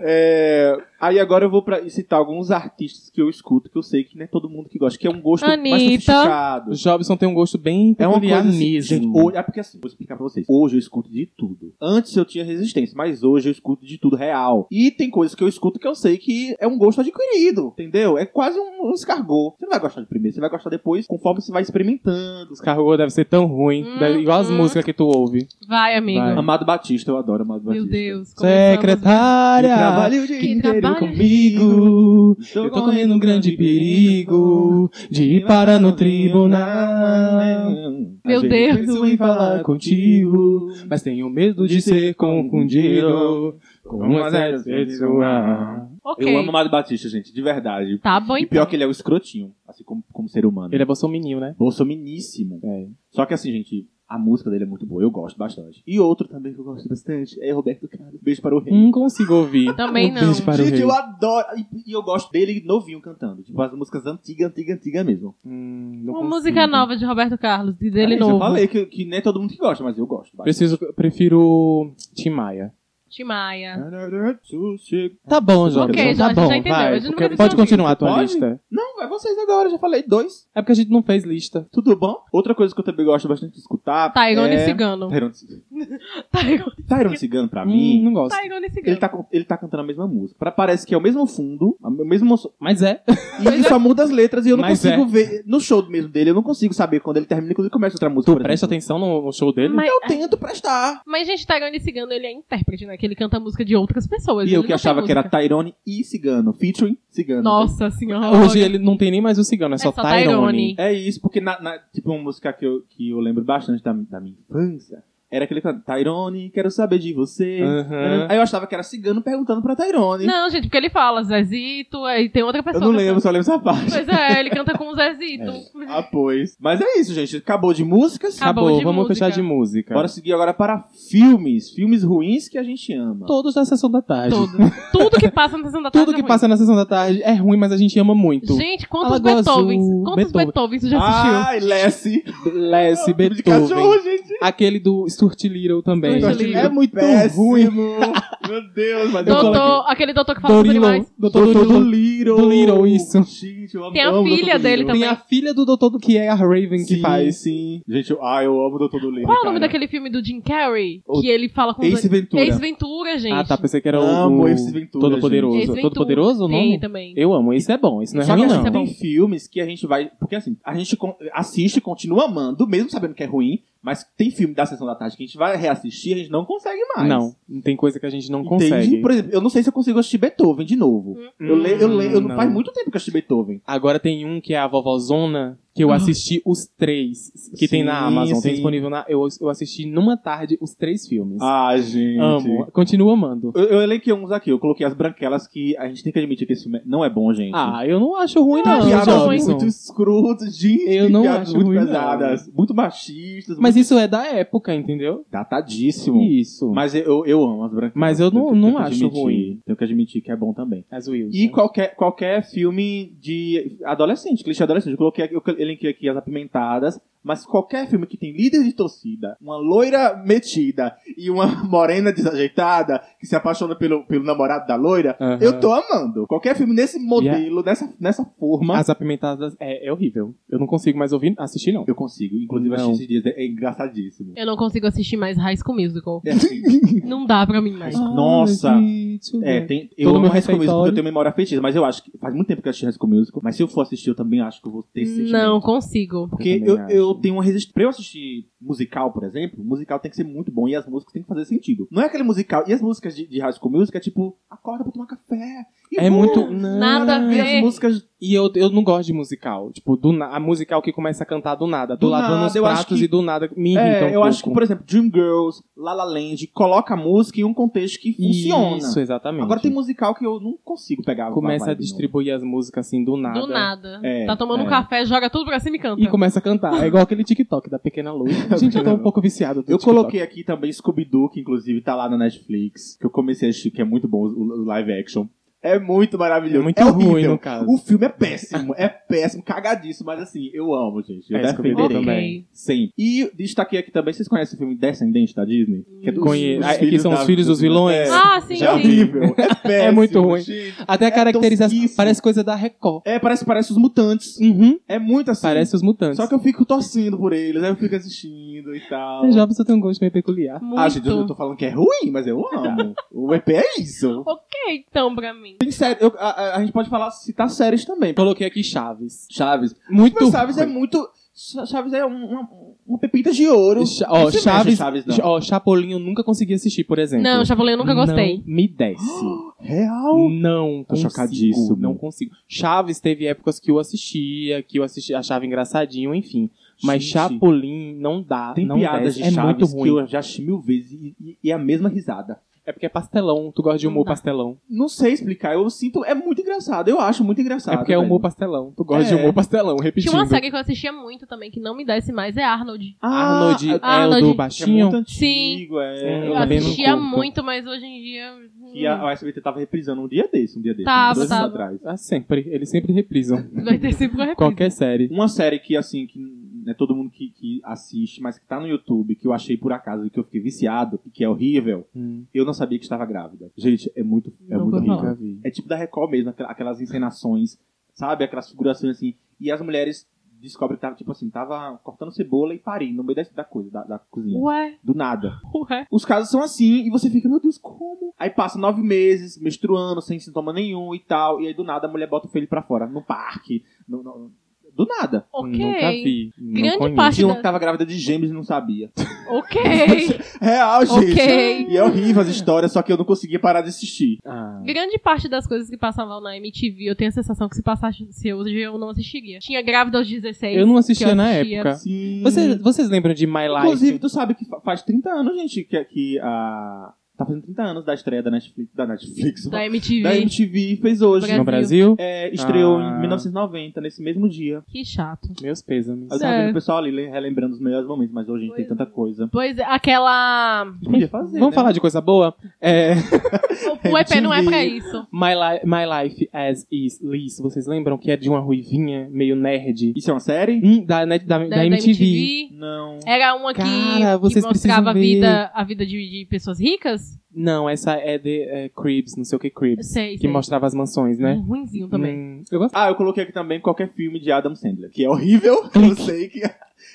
Speaker 1: É, aí agora eu vou pra, citar alguns artistas que eu escuto, que eu sei que não é todo mundo que gosta, que é um gosto mais
Speaker 2: Anitta.
Speaker 1: sofisticado.
Speaker 3: O Jobson tem um gosto bem
Speaker 1: É uma
Speaker 3: peculiar
Speaker 1: coisa assim,
Speaker 3: mesmo.
Speaker 1: gente, hoje, é porque assim, vou explicar pra vocês. Hoje eu escuto de tudo. Antes eu tinha resistência, mas hoje eu escuto de tudo real. E tem coisas que eu escuto que eu sei que é um gosto adquirido, entendeu? É quase um, um escargot. Você não vai gostar de primeiro, você vai gostar depois, conforme você vai experimentando.
Speaker 3: Os carros deve ser tão ruim.
Speaker 2: Hum,
Speaker 3: deve- igual as
Speaker 2: hum.
Speaker 3: músicas que tu ouve.
Speaker 2: Vai, amigo.
Speaker 3: Vai.
Speaker 1: Amado Batista, eu adoro Amado
Speaker 2: Meu
Speaker 1: Batista.
Speaker 2: Deus. começamos- né?
Speaker 1: Ele
Speaker 3: Secretária,
Speaker 1: trabalha o dia
Speaker 2: Que
Speaker 1: inteiro
Speaker 2: trabalha.
Speaker 1: comigo.
Speaker 3: eu tô correndo um grande perigo de ir para no tribunal.
Speaker 2: Meu
Speaker 1: A gente
Speaker 2: Deus.
Speaker 1: pensou em falar contigo,
Speaker 3: Mas tenho medo de ser confundido com uma série sexual.
Speaker 2: Ok.
Speaker 1: Eu amo o Mário Batista, gente, de verdade.
Speaker 2: Tá bom,
Speaker 1: E pior
Speaker 2: então.
Speaker 1: que ele é o escrotinho, assim como, como ser humano.
Speaker 3: Ele é bolsominho, né?
Speaker 1: Bolsominíssimo.
Speaker 3: É.
Speaker 1: Só que assim, gente, a música dele é muito boa, eu gosto bastante. E outro também que eu gosto bastante é Roberto Carlos. Beijo para o rei.
Speaker 3: Não consigo ouvir.
Speaker 2: Também
Speaker 3: Um
Speaker 2: não.
Speaker 3: beijo para o
Speaker 1: gente,
Speaker 3: rei.
Speaker 1: eu adoro. E, e eu gosto dele novinho cantando. Tipo, as músicas antigas, antigas, antigas mesmo.
Speaker 3: Hum, não
Speaker 2: Uma
Speaker 3: consigo.
Speaker 2: música nova de Roberto Carlos,
Speaker 3: Ah,
Speaker 2: e dele
Speaker 1: É isso, Eu
Speaker 2: novo.
Speaker 1: falei que, que nem é todo mundo que gosta, mas eu gosto. bastante.
Speaker 3: Preciso, prefiro Tim Maia.
Speaker 2: Tim Maia. É.
Speaker 3: Tá bom, Jobson. tá
Speaker 2: Ok, Jorge,
Speaker 3: bom,
Speaker 2: já entendeu. A
Speaker 3: vai.
Speaker 2: gente não
Speaker 3: porque- pode
Speaker 2: vai discutir.
Speaker 3: continuar a tua
Speaker 1: Pode?
Speaker 3: lista.
Speaker 1: Não, é vocês agora, já falei dois.
Speaker 3: É porque a gente não fez lista.
Speaker 1: Tudo bom? Outra coisa que eu também gosto bastante de escutar.
Speaker 2: Tyrone
Speaker 3: [laughs]
Speaker 1: é...
Speaker 2: Cigano.
Speaker 1: Tyrone Cigano.
Speaker 2: Tyrone
Speaker 1: Tyrone Cigano, pra
Speaker 3: Hum,
Speaker 1: mim,
Speaker 3: não gosto.
Speaker 2: Tyrone
Speaker 1: ele
Speaker 2: Cigano.
Speaker 1: tá, com- ele tá cantando a mesma música. Pra- Parece que é o mesmo fundo, a- o mesmo. som-
Speaker 3: Mas é.
Speaker 1: E ele só muda as letras e eu não
Speaker 3: Mas é.
Speaker 1: consigo ver. No show mesmo dele, eu não consigo saber quando ele termina e quando ele começa outra música.
Speaker 3: Tu
Speaker 1: por
Speaker 3: presta
Speaker 1: exemplo.
Speaker 3: atenção no, no show dele?
Speaker 2: Mas,
Speaker 1: Eu tento prestar.
Speaker 2: mas, gente, Tyrone Cigano, ele é intérprete, né? Que ele canta a música de outras pessoas.
Speaker 1: E eu
Speaker 2: ele
Speaker 1: que
Speaker 2: não tem
Speaker 1: achava que era
Speaker 2: música.
Speaker 1: Tyrone e Cigano, featuring Cigano.
Speaker 2: Nossa senhora.
Speaker 3: Hoje ele não tem nem mais o cigano, é só,
Speaker 2: só
Speaker 3: Tyrone.
Speaker 2: Tyrone.
Speaker 1: É isso, porque na, na- tipo uma música que eu, que eu lembro bastante da, da minha infância era aquele canto Tyrone, quero saber de você.
Speaker 3: Aham.
Speaker 1: Aí eu achava que era cigano perguntando pra Tyrone.
Speaker 2: Não, gente, porque ele fala Zezito, aí tem outra
Speaker 1: eu
Speaker 2: pessoa.
Speaker 1: não
Speaker 2: cantando.
Speaker 1: lembro, só lembro essa parte.
Speaker 2: Pois é, ele canta com o Zezito.
Speaker 1: Ah, pois. Mas é isso, gente. Acabou de músicas.
Speaker 2: Acabou
Speaker 3: Acabou,
Speaker 2: de
Speaker 3: vamos
Speaker 2: música.
Speaker 3: fechar de música.
Speaker 1: Bora seguir agora para filmes. Filmes ruins que a gente ama.
Speaker 3: todos da sessão da tarde.
Speaker 2: Tudo. Tudo que passa na sessão da tarde.
Speaker 3: Tudo
Speaker 2: é
Speaker 3: que
Speaker 2: ruim.
Speaker 3: passa na sessão da tarde é ruim, mas a gente ama muito.
Speaker 2: Gente, quantos
Speaker 3: Alagoas
Speaker 2: Beethovens?
Speaker 3: Azul,
Speaker 2: Quantos
Speaker 3: Beethoven.
Speaker 2: Beethovens você já
Speaker 1: Ah,
Speaker 2: assistiu?
Speaker 1: Ai, Lessie.
Speaker 3: Lessie,
Speaker 1: Filme de
Speaker 3: Beethoven.
Speaker 1: cachorro, gente.
Speaker 3: Aquele do Stuart Little também.
Speaker 2: Stuart Little.
Speaker 3: É muito
Speaker 1: Péssimo.
Speaker 3: ruim.
Speaker 1: [laughs] Meu Deus, mas
Speaker 2: doutor,
Speaker 1: eu coloquei.
Speaker 2: aquele doutor que fala dos
Speaker 3: Dorilo.
Speaker 2: animais.
Speaker 3: Doutor
Speaker 1: Doutor
Speaker 3: Dolittle.
Speaker 1: Dolittle.
Speaker 3: Dolittle, isso.
Speaker 1: Gente, eu amo
Speaker 2: Tem a
Speaker 1: amo o
Speaker 2: filha
Speaker 1: Dr.
Speaker 2: dele
Speaker 1: Dolittle.
Speaker 2: também.
Speaker 3: Tem a filha do doutor do que é a Raven que
Speaker 1: Sim,
Speaker 3: faz.
Speaker 1: sim. Gente, eu, ah, eu amo o Doutor Dolittle.
Speaker 2: Qual é o nome
Speaker 1: cara.
Speaker 2: daquele filme do Jim Carrey?
Speaker 1: O-
Speaker 2: Que ele fala com os-
Speaker 1: Ace Ventura.
Speaker 2: Ace Ventura, gente.
Speaker 3: Ah, tá. Pensei que era
Speaker 1: Amo
Speaker 3: o, o
Speaker 1: Ace Ventura,
Speaker 3: Todo Poderoso.
Speaker 2: Ace Ventura.
Speaker 3: Todo Poderoso o
Speaker 2: Tem
Speaker 3: nome?
Speaker 2: também.
Speaker 3: Eu amo. Esse é bom. Esse não é
Speaker 1: Só que
Speaker 3: ruim,
Speaker 1: assim,
Speaker 3: não.
Speaker 2: é
Speaker 1: tem filmes que a gente vai. Porque assim, a gente con- assiste e continua amando, mesmo sabendo que é ruim, mas tem filme da sessão da tarde que a gente vai reassistir e a gente não consegue mais.
Speaker 3: Não, não tem coisa que a gente não
Speaker 1: Entende?
Speaker 3: consegue.
Speaker 1: Por exemplo, eu não sei se eu consigo assistir Beethoven de novo. Eu leio, eu leio, eu não
Speaker 3: Hum, Não.
Speaker 1: faz muito tempo que eu assisti Beethoven.
Speaker 3: Agora tem um que é a Vovózona, que eu
Speaker 2: Ah.
Speaker 3: assisti os três, que tem na
Speaker 1: Uhum. Sim,
Speaker 3: Amazon,
Speaker 1: sim.
Speaker 3: tem disponível na... Eu, eu assisti numa tarde os três filmes.
Speaker 1: Ah, gente.
Speaker 3: Amo, continuo amando.
Speaker 1: Eu, eu elenquei uns aqui, eu coloquei as branquelas que a gente tem que admitir que esse filme não é bom, gente. É,
Speaker 3: Ah, eu não acho ruim,
Speaker 2: Eu
Speaker 3: não,
Speaker 2: acho
Speaker 1: piadas
Speaker 2: ruim.
Speaker 3: Jobson.
Speaker 1: muito escrotas, gente.
Speaker 3: Eu não
Speaker 1: piadas
Speaker 3: acho
Speaker 1: muito
Speaker 3: ruim, não.
Speaker 1: pesadas, muito machistas,
Speaker 3: Mas isso é da época, entendeu?
Speaker 1: muito datadíssimo.
Speaker 3: Isso.
Speaker 1: Mas eu, eu amo as branquelas.
Speaker 3: Mas eu não-
Speaker 1: Tenho-
Speaker 3: não
Speaker 1: tenho que
Speaker 3: acho
Speaker 1: admitir,
Speaker 3: ruim.
Speaker 1: Tenho que admitir que é bom também.
Speaker 3: As Wilson.
Speaker 1: E qualquer, qualquer filme de adolescente, clichê adolescente. Eu coloquei, eu elenquei aqui as apimentadas, Mas qualquer filme que tem líder de torcida, uma loira metida e uma [laughs] morena desajeitada que se apaixona pelo, pelo namorado da loira,
Speaker 3: Aham. é
Speaker 1: eu tô amando. Qualquer filme nesse modelo, nessa, nessa forma.
Speaker 3: As apimentadas é, é horrível. Eu não consigo mais ouvir, assistir, não.
Speaker 1: Eu consigo, inclusive
Speaker 3: Não.
Speaker 1: assisti esses dias,
Speaker 3: [laughs]
Speaker 1: é engraçadíssimo.
Speaker 2: Eu não consigo assistir mais High School Musical.
Speaker 1: É assim,
Speaker 2: Não dá pra mim mais.
Speaker 1: Nossa.
Speaker 3: Ai, deixa eu
Speaker 1: É,
Speaker 3: ver.
Speaker 1: tem, eu
Speaker 3: Todo
Speaker 1: amo
Speaker 3: meu
Speaker 1: High School Musical
Speaker 3: refeitório.
Speaker 1: porque eu tenho memória afetiva, mas eu acho que faz muito tempo que eu assisti High School Musical, mas se eu for assistir, eu também acho que eu vou ter esse sentimento.
Speaker 2: Não consigo.
Speaker 1: Porque
Speaker 3: também
Speaker 1: eu,
Speaker 3: acho.
Speaker 1: eu tenho uma resistência. Pra eu assistir musical, por exemplo, musical tem que ser muito bom e as músicas têm que fazer sentido. Não é aquele musical. E as músicas de, de High School Music é tipo, acorda pra tomar café. E
Speaker 3: É
Speaker 1: vou.
Speaker 3: muito.
Speaker 2: Nada a
Speaker 1: E
Speaker 2: ver.
Speaker 1: as músicas
Speaker 3: E eu, eu não gosto de musical. Tipo, do na- a musical que começa a cantar do nada. Tô
Speaker 1: Do
Speaker 3: lavando
Speaker 1: nada,
Speaker 3: os
Speaker 1: eu acho
Speaker 3: pratos
Speaker 1: que-
Speaker 3: e do nada me irrita
Speaker 1: É,
Speaker 3: um
Speaker 1: eu acho que,
Speaker 3: pouco.
Speaker 1: por exemplo, Dreamgirls, La La Land, coloca a música em um contexto que funciona.
Speaker 3: Isso, exatamente.
Speaker 1: Agora tem musical que eu não consigo pegar.
Speaker 3: Começa a
Speaker 1: vibe, não.
Speaker 3: distribuir as músicas assim do nada.
Speaker 2: Do nada.
Speaker 1: É,
Speaker 2: tá tomando
Speaker 1: é.
Speaker 2: um café, joga tudo pra cima e canta.
Speaker 3: E começa a cantar. É igual aquele TikTok da Pequena
Speaker 1: [laughs]
Speaker 3: Lu. Gente, eu tô um pouco viciado. do
Speaker 1: Eu
Speaker 3: TikTok.
Speaker 1: coloquei aqui também Scooby-Doo, que inclusive tá lá na Netflix, que eu comecei a assistir, que é muito bom o o live action. É muito maravilhoso.
Speaker 3: É muito
Speaker 1: horrível.
Speaker 3: ruim, no caso.
Speaker 1: O filme é péssimo, é péssimo, cagadíssimo, mas assim, eu amo, gente. Eu
Speaker 3: É, Scooby-Doo
Speaker 1: defenderei.
Speaker 3: também.
Speaker 1: Sim. E destaquei aqui também, vocês conhecem o filme Descendente da Disney? Que, é dos-
Speaker 3: Conhe-
Speaker 1: dos
Speaker 3: Ah, que
Speaker 1: filhos
Speaker 3: são os
Speaker 1: da-
Speaker 3: filhos dos vilões?
Speaker 1: É.
Speaker 2: Ah, sim,
Speaker 1: é
Speaker 3: Já
Speaker 2: sim.
Speaker 3: vi.
Speaker 1: horrível, é
Speaker 3: [laughs]
Speaker 1: péssimo.
Speaker 3: muito ruim.
Speaker 1: gente.
Speaker 3: Até a caracterização.
Speaker 1: é tosquíssimo.
Speaker 3: parece coisa da Record.
Speaker 1: É, parece, parece os mutantes.
Speaker 3: Uhum.
Speaker 1: É muito assim.
Speaker 3: Parece os mutantes.
Speaker 1: Só que eu fico torcendo por eles, aí eu fico assistindo e tal.
Speaker 3: A Jobs tem um gosto meio peculiar.
Speaker 2: Muito.
Speaker 1: Ah, gente, eu tô falando que é ruim, mas eu amo. o EP é isso.
Speaker 2: Ok, então, pra mim.
Speaker 1: Tem série, eu- a, a- a gente pode falar, citar séries também.
Speaker 3: Coloquei aqui Chaves.
Speaker 1: Chaves.
Speaker 3: Muito.
Speaker 1: Mas Chaves é
Speaker 3: ruim.
Speaker 1: muito. Ch- Chaves é um- uma, uma pepita de ouro.
Speaker 3: Cha- Ó,
Speaker 1: Não se mexe,
Speaker 3: Chaves.
Speaker 1: Chaves não.
Speaker 3: Ó, Chapolin eu nunca consegui assistir, por exemplo.
Speaker 2: Não, Chapolin eu nunca gostei.
Speaker 3: Não me desce.
Speaker 1: Real.
Speaker 3: Não,
Speaker 1: Tô
Speaker 3: consigo,
Speaker 1: chocadíssimo.
Speaker 3: Não consigo. Chaves teve épocas que eu assistia, que eu assisti, achava engraçadinho, enfim. Mas
Speaker 1: Gente,
Speaker 3: Chapolin não dá.
Speaker 1: Tem
Speaker 3: não
Speaker 1: piadas
Speaker 3: desce,
Speaker 1: de Chaves
Speaker 3: é muito ruim.
Speaker 1: que eu já assisti mil vezes e, e- e é a mesma risada.
Speaker 3: É porque é pastelão. Tu gosta de humor
Speaker 2: Não dá.
Speaker 3: pastelão. É
Speaker 1: Não sei explicar, eu sinto. É muito engraçado, eu acho muito engraçado.
Speaker 3: é porque é
Speaker 1: velho.
Speaker 3: humor pastelão. Tu gosta de
Speaker 1: É.
Speaker 3: humor pastelão,
Speaker 2: Tinha
Speaker 3: repetindo.
Speaker 2: uma série que eu asstia muito também, que não me desce mais, é Arnold.
Speaker 1: Ah,
Speaker 3: Arnold, é o
Speaker 2: Arnold,
Speaker 3: do
Speaker 1: que é muito
Speaker 3: baixinho.
Speaker 1: antigo, é.
Speaker 3: Eu
Speaker 2: Eu
Speaker 3: também não
Speaker 2: assistia
Speaker 3: curto.
Speaker 2: muito, mas hoje em dia. hum,
Speaker 1: Que a, a SBT tava reprisando um dia desse, um dia desse.
Speaker 2: Tava,
Speaker 1: dois
Speaker 2: tava.
Speaker 1: anos atrás.
Speaker 3: Ah, sempre. Eles sempre reprisam.
Speaker 2: hum, Vai ter sempre uma
Speaker 3: [laughs]
Speaker 2: reprise.
Speaker 3: Qualquer série.
Speaker 1: Uma série que, assim, que não é todo mundo que, que assiste, mas que tá no YouTube, que eu achei por acaso e que eu fiquei viciado, e que é horrível,
Speaker 3: Hum,
Speaker 1: eu não sabia que estava grávida. Gente, é muito, é
Speaker 2: Não
Speaker 1: muito
Speaker 2: vou
Speaker 1: horrível.
Speaker 2: falar.
Speaker 3: nunca vi.
Speaker 1: É tipo da Record mesmo, aquela- aquelas encenações, sabe? Aquelas figurações assim. E as mulheres descobrem que tava, tipo assim, tava cortando cebola e parindo no meio da, da coisa, da, da cozinha.
Speaker 2: Ué,
Speaker 1: Do nada.
Speaker 2: ué.
Speaker 1: Os casos são assim, e você fica, meu Deus, como? Aí passa nove meses, menstruando, sem sintoma nenhum e tal. E aí do nada a mulher bota o filho pra fora, no parque. no- no- do nada.
Speaker 2: Ok.
Speaker 3: Nunca vi.
Speaker 2: Grande
Speaker 3: não conheço.
Speaker 2: parte-
Speaker 1: Tinha uma que tava grávida de gêmeos e não sabia.
Speaker 2: Ok.
Speaker 3: [laughs]
Speaker 1: Real, gente.
Speaker 2: Ok.
Speaker 1: E é horrível as histórias, só que eu não conseguia parar de assistir.
Speaker 3: Ah,
Speaker 2: Grande parte das coisas que passavam na MTV, eu tenho a sensação que se passasse hoje, eu não assistiria. Tinha grávida aos 16.
Speaker 3: eu não assistia
Speaker 2: que eu
Speaker 3: na
Speaker 2: assistia.
Speaker 3: época.
Speaker 1: Sim.
Speaker 3: Vocês, vocês lembram de My Life?
Speaker 1: Inclusive, tu sabe que fa- faz 30 anos, gente, que, que a. Tá fazendo 30 anos da estreia da Netflix. Da Netflix.
Speaker 2: Da
Speaker 1: da
Speaker 2: MTV.
Speaker 1: MTV fez hoje.
Speaker 2: Brasil.
Speaker 3: no Brasil?
Speaker 1: É, estreou
Speaker 3: Ah.
Speaker 1: em 1990, nesse mesmo dia.
Speaker 2: Que chato.
Speaker 3: Meus pêsames.
Speaker 1: Eu tava
Speaker 2: É.
Speaker 1: vendo o pessoal ali le- relembrando os melhores momentos, mas hoje a gente tem
Speaker 2: Pois
Speaker 1: tanta coisa.
Speaker 2: Pois é, aquela.
Speaker 1: A gente podia fazer.
Speaker 3: Vamos
Speaker 1: né?
Speaker 3: falar de coisa boa? É,
Speaker 2: O, o EP não é pra isso.
Speaker 3: My, Li- My Life as Is Liz, vocês lembram que é de uma ruivinha meio nerd?
Speaker 1: Isso é uma série?
Speaker 3: Hum, da, net- da, da
Speaker 2: da
Speaker 3: MTV.
Speaker 1: Não.
Speaker 2: Era uma que,
Speaker 3: Cara,
Speaker 2: que
Speaker 3: vocês
Speaker 2: mostrava a
Speaker 3: precisam ver.
Speaker 2: vida, a vida de, de pessoas ricas?
Speaker 3: Não, essa é de é, Cribs, não sei o que
Speaker 2: Eu
Speaker 3: Cribs.
Speaker 2: Sei,
Speaker 3: Que
Speaker 2: sei.
Speaker 3: mostrava as mansões, né?
Speaker 2: Um Ruinzinho também.
Speaker 3: Hum, eu gosto.
Speaker 1: Ah, eu coloquei aqui também qualquer filme de Adam Sandler, que é horrível. [laughs] Eu sei que.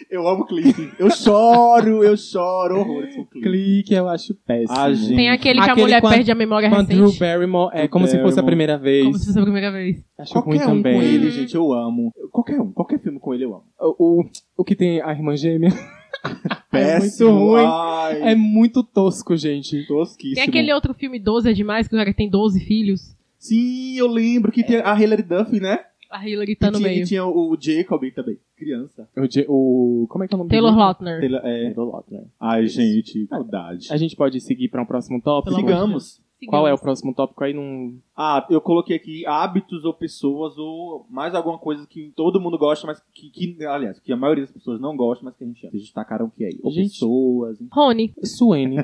Speaker 1: Eu amo clique. Eu choro, eu choro horrores com clique.
Speaker 3: Clique, eu acho péssimo.
Speaker 1: Ah, gente.
Speaker 2: Tem aquele que a
Speaker 3: Aquele
Speaker 2: mulher
Speaker 3: com a-
Speaker 2: perde a memória
Speaker 3: Com a
Speaker 2: recente.
Speaker 3: Drew Barrymore, é
Speaker 1: Drew
Speaker 3: como se fosse a
Speaker 1: Barrymore.
Speaker 3: primeira vez.
Speaker 2: Como se é fosse a primeira vez.
Speaker 3: Acho é ruim
Speaker 1: Qualquer um
Speaker 3: também.
Speaker 1: com ele, gente, eu amo. Qualquer um, qualquer filme com ele eu amo.
Speaker 3: O, o, o que tem a irmã gêmea. [laughs]
Speaker 1: Péssimo.
Speaker 3: É muito ruim.
Speaker 1: Ai,
Speaker 3: É muito tosco, gente.
Speaker 1: tosquíssimo.
Speaker 2: Tem aquele outro filme 12 é demais, que o cara tem 12 filhos.
Speaker 1: Sim, eu lembro que tem a Hilary Duff, né?
Speaker 2: A Hillary
Speaker 1: E
Speaker 2: tá no
Speaker 1: tinha,
Speaker 2: meio.
Speaker 1: E tinha o Jacob também, criança.
Speaker 3: O, J- o- Como é que é o nome
Speaker 2: Taylor
Speaker 3: dele?
Speaker 2: Lautner.
Speaker 1: Taylor- é.
Speaker 3: Taylor Lautner.
Speaker 1: Ai, gente, saudade.
Speaker 3: A gente pode seguir pra um próximo tópico?
Speaker 2: Pelo amor de
Speaker 1: Sigamos.
Speaker 3: Qual é o
Speaker 2: Sigamos.
Speaker 3: próximo tópico aí? Não...
Speaker 1: Ah, eu coloquei aqui hábitos ou pessoas ou mais alguma coisa que todo mundo gosta, mas que, que aliás, que a maioria das é pessoas não gosta, mas que a gente ama. Vocês destacaram o que aí? Ou
Speaker 3: Gente.
Speaker 1: pessoas.
Speaker 2: Rony.
Speaker 3: Suene.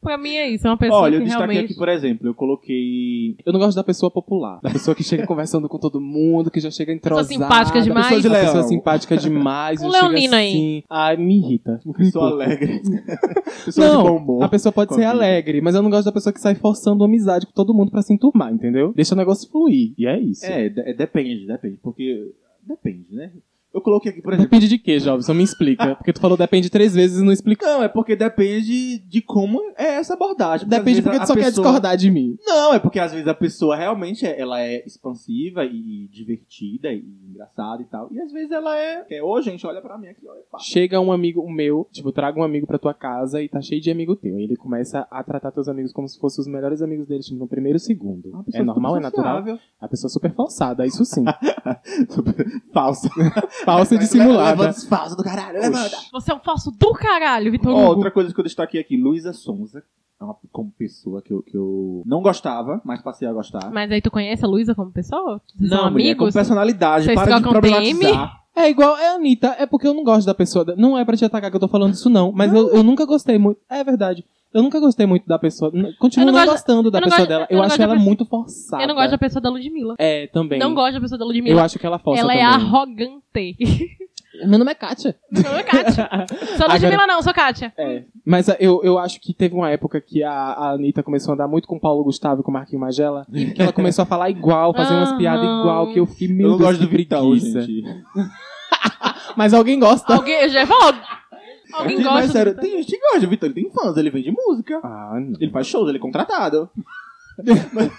Speaker 2: pra mim é isso. É uma pessoa
Speaker 1: Olha, eu
Speaker 2: que
Speaker 1: destaquei
Speaker 2: realmente.
Speaker 1: aqui, por exemplo, eu coloquei.
Speaker 3: [laughs] Eu não gosto da pessoa popular, da pessoa que chega conversando com todo mundo, que já chega entrosada.
Speaker 2: simpática
Speaker 3: da
Speaker 2: demais.
Speaker 3: Pessoa, de
Speaker 1: Leão.
Speaker 3: pessoa simpática demais.
Speaker 2: [laughs] Um
Speaker 3: já chega
Speaker 2: leonino aí.
Speaker 3: assim. Ai, me irrita.
Speaker 1: Pessoa
Speaker 3: [laughs]
Speaker 1: alegre. pessoa
Speaker 3: não,
Speaker 1: de bom humor.
Speaker 3: a pessoa pode ser
Speaker 1: Convive.
Speaker 3: alegre, mas eu não gosto da pessoa que sai forçando amizade com todo mundo pra se enturmar, entendeu? Deixa o negócio fluir, e é isso.
Speaker 1: É, de- é, depende, depende. Porque. Depende, né? Eu coloquei aqui, por exemplo.
Speaker 3: Depende de quê, Jobson? Me
Speaker 1: [laughs]
Speaker 3: explica. Porque tu falou depende três vezes e não explica.
Speaker 1: Não, é porque depende de como é essa abordagem. às
Speaker 3: Depende
Speaker 1: vezes
Speaker 3: porque
Speaker 1: a
Speaker 3: tu só quer
Speaker 1: pessoa-
Speaker 3: discordar de mim.
Speaker 1: Não, é porque às vezes a pessoa realmente é- ela é expansiva e divertida e engraçada e tal. E às vezes ela é. é Ô, gente, olha pra mim aqui, olha. é pá.
Speaker 3: Chega um amigo meu, tipo, traga um amigo pra tua casa e tá cheio de amigo teu. Aí ele começa a tratar teus amigos como se fossem os melhores amigos dele, tipo, no primeiro e segundo.
Speaker 1: Uma
Speaker 3: É
Speaker 1: pessoa
Speaker 3: normal, é
Speaker 1: super
Speaker 3: natural.
Speaker 1: sociável.
Speaker 3: A pessoa super falsada, isso
Speaker 2: [laughs]
Speaker 3: sim.
Speaker 1: Falsa.
Speaker 3: [laughs] Falsa e dissimulada.
Speaker 1: Levanta, falsa do caralho, levanta.
Speaker 3: Oxi.
Speaker 2: Você é um falso do caralho, Vitor
Speaker 1: Ó,
Speaker 2: Hugo.
Speaker 1: outra coisa que eu destaquei aqui, Luísa Sonza. É uma como pessoa que eu, que eu não gostava, mas passei a gostar.
Speaker 2: Mas aí tu conhece a Luísa como pessoa? Vocês são
Speaker 1: mulher, é
Speaker 2: amigos?
Speaker 1: como personalidade,
Speaker 2: Vocês
Speaker 1: para de
Speaker 2: trocam DM?
Speaker 1: problematizar.
Speaker 3: É igual, é a Anitta, é porque eu não gosto da pessoa. da- Não é pra te atacar que eu tô falando isso, não. Mas eu, eu nunca gostei muito. É verdade. Eu nunca gostei muito da pessoa. n- Continuo
Speaker 2: Eu
Speaker 3: não,
Speaker 2: não gosto-
Speaker 3: gostando da
Speaker 2: eu não
Speaker 3: pessoa
Speaker 2: gosto-
Speaker 3: dela.
Speaker 2: eu
Speaker 3: Eu
Speaker 2: não gosto
Speaker 3: acho
Speaker 2: da
Speaker 3: ela
Speaker 2: pessoa-
Speaker 3: muito forçada.
Speaker 2: Eu não gosto da pessoa da Ludmilla.
Speaker 3: É, também.
Speaker 2: Não gosto da pessoa da
Speaker 3: Eu
Speaker 2: Ludmilla.
Speaker 3: acho que ela é falsa
Speaker 2: Ela é
Speaker 3: também.
Speaker 2: arrogante.
Speaker 3: Meu nome é Kátia.
Speaker 2: Sou eu, Kátia. Sou
Speaker 3: Agora-
Speaker 2: Ludmilla, não, sou Kátia.
Speaker 3: É. Mas ah, eu, eu acho que teve uma época que a, a Anitta começou a andar muito com o Paulo Gustavo e com o Marquinho Magela. Que ela começou a falar igual, fazer umas piadas
Speaker 2: Aham.
Speaker 3: igual, que eu fiquei
Speaker 1: Eu
Speaker 3: meio
Speaker 1: não gosto do Vitão, gente.
Speaker 3: Mas alguém gosta.
Speaker 2: Alguém, já falo. Alguém
Speaker 1: Gente,
Speaker 2: gosta.
Speaker 1: Mas sério,
Speaker 2: do-
Speaker 1: tem gente que gosta do Vitão. Ele tem fãs, ele vende música.
Speaker 3: Ah, não.
Speaker 1: Ele faz shows, ele é contratado. mas,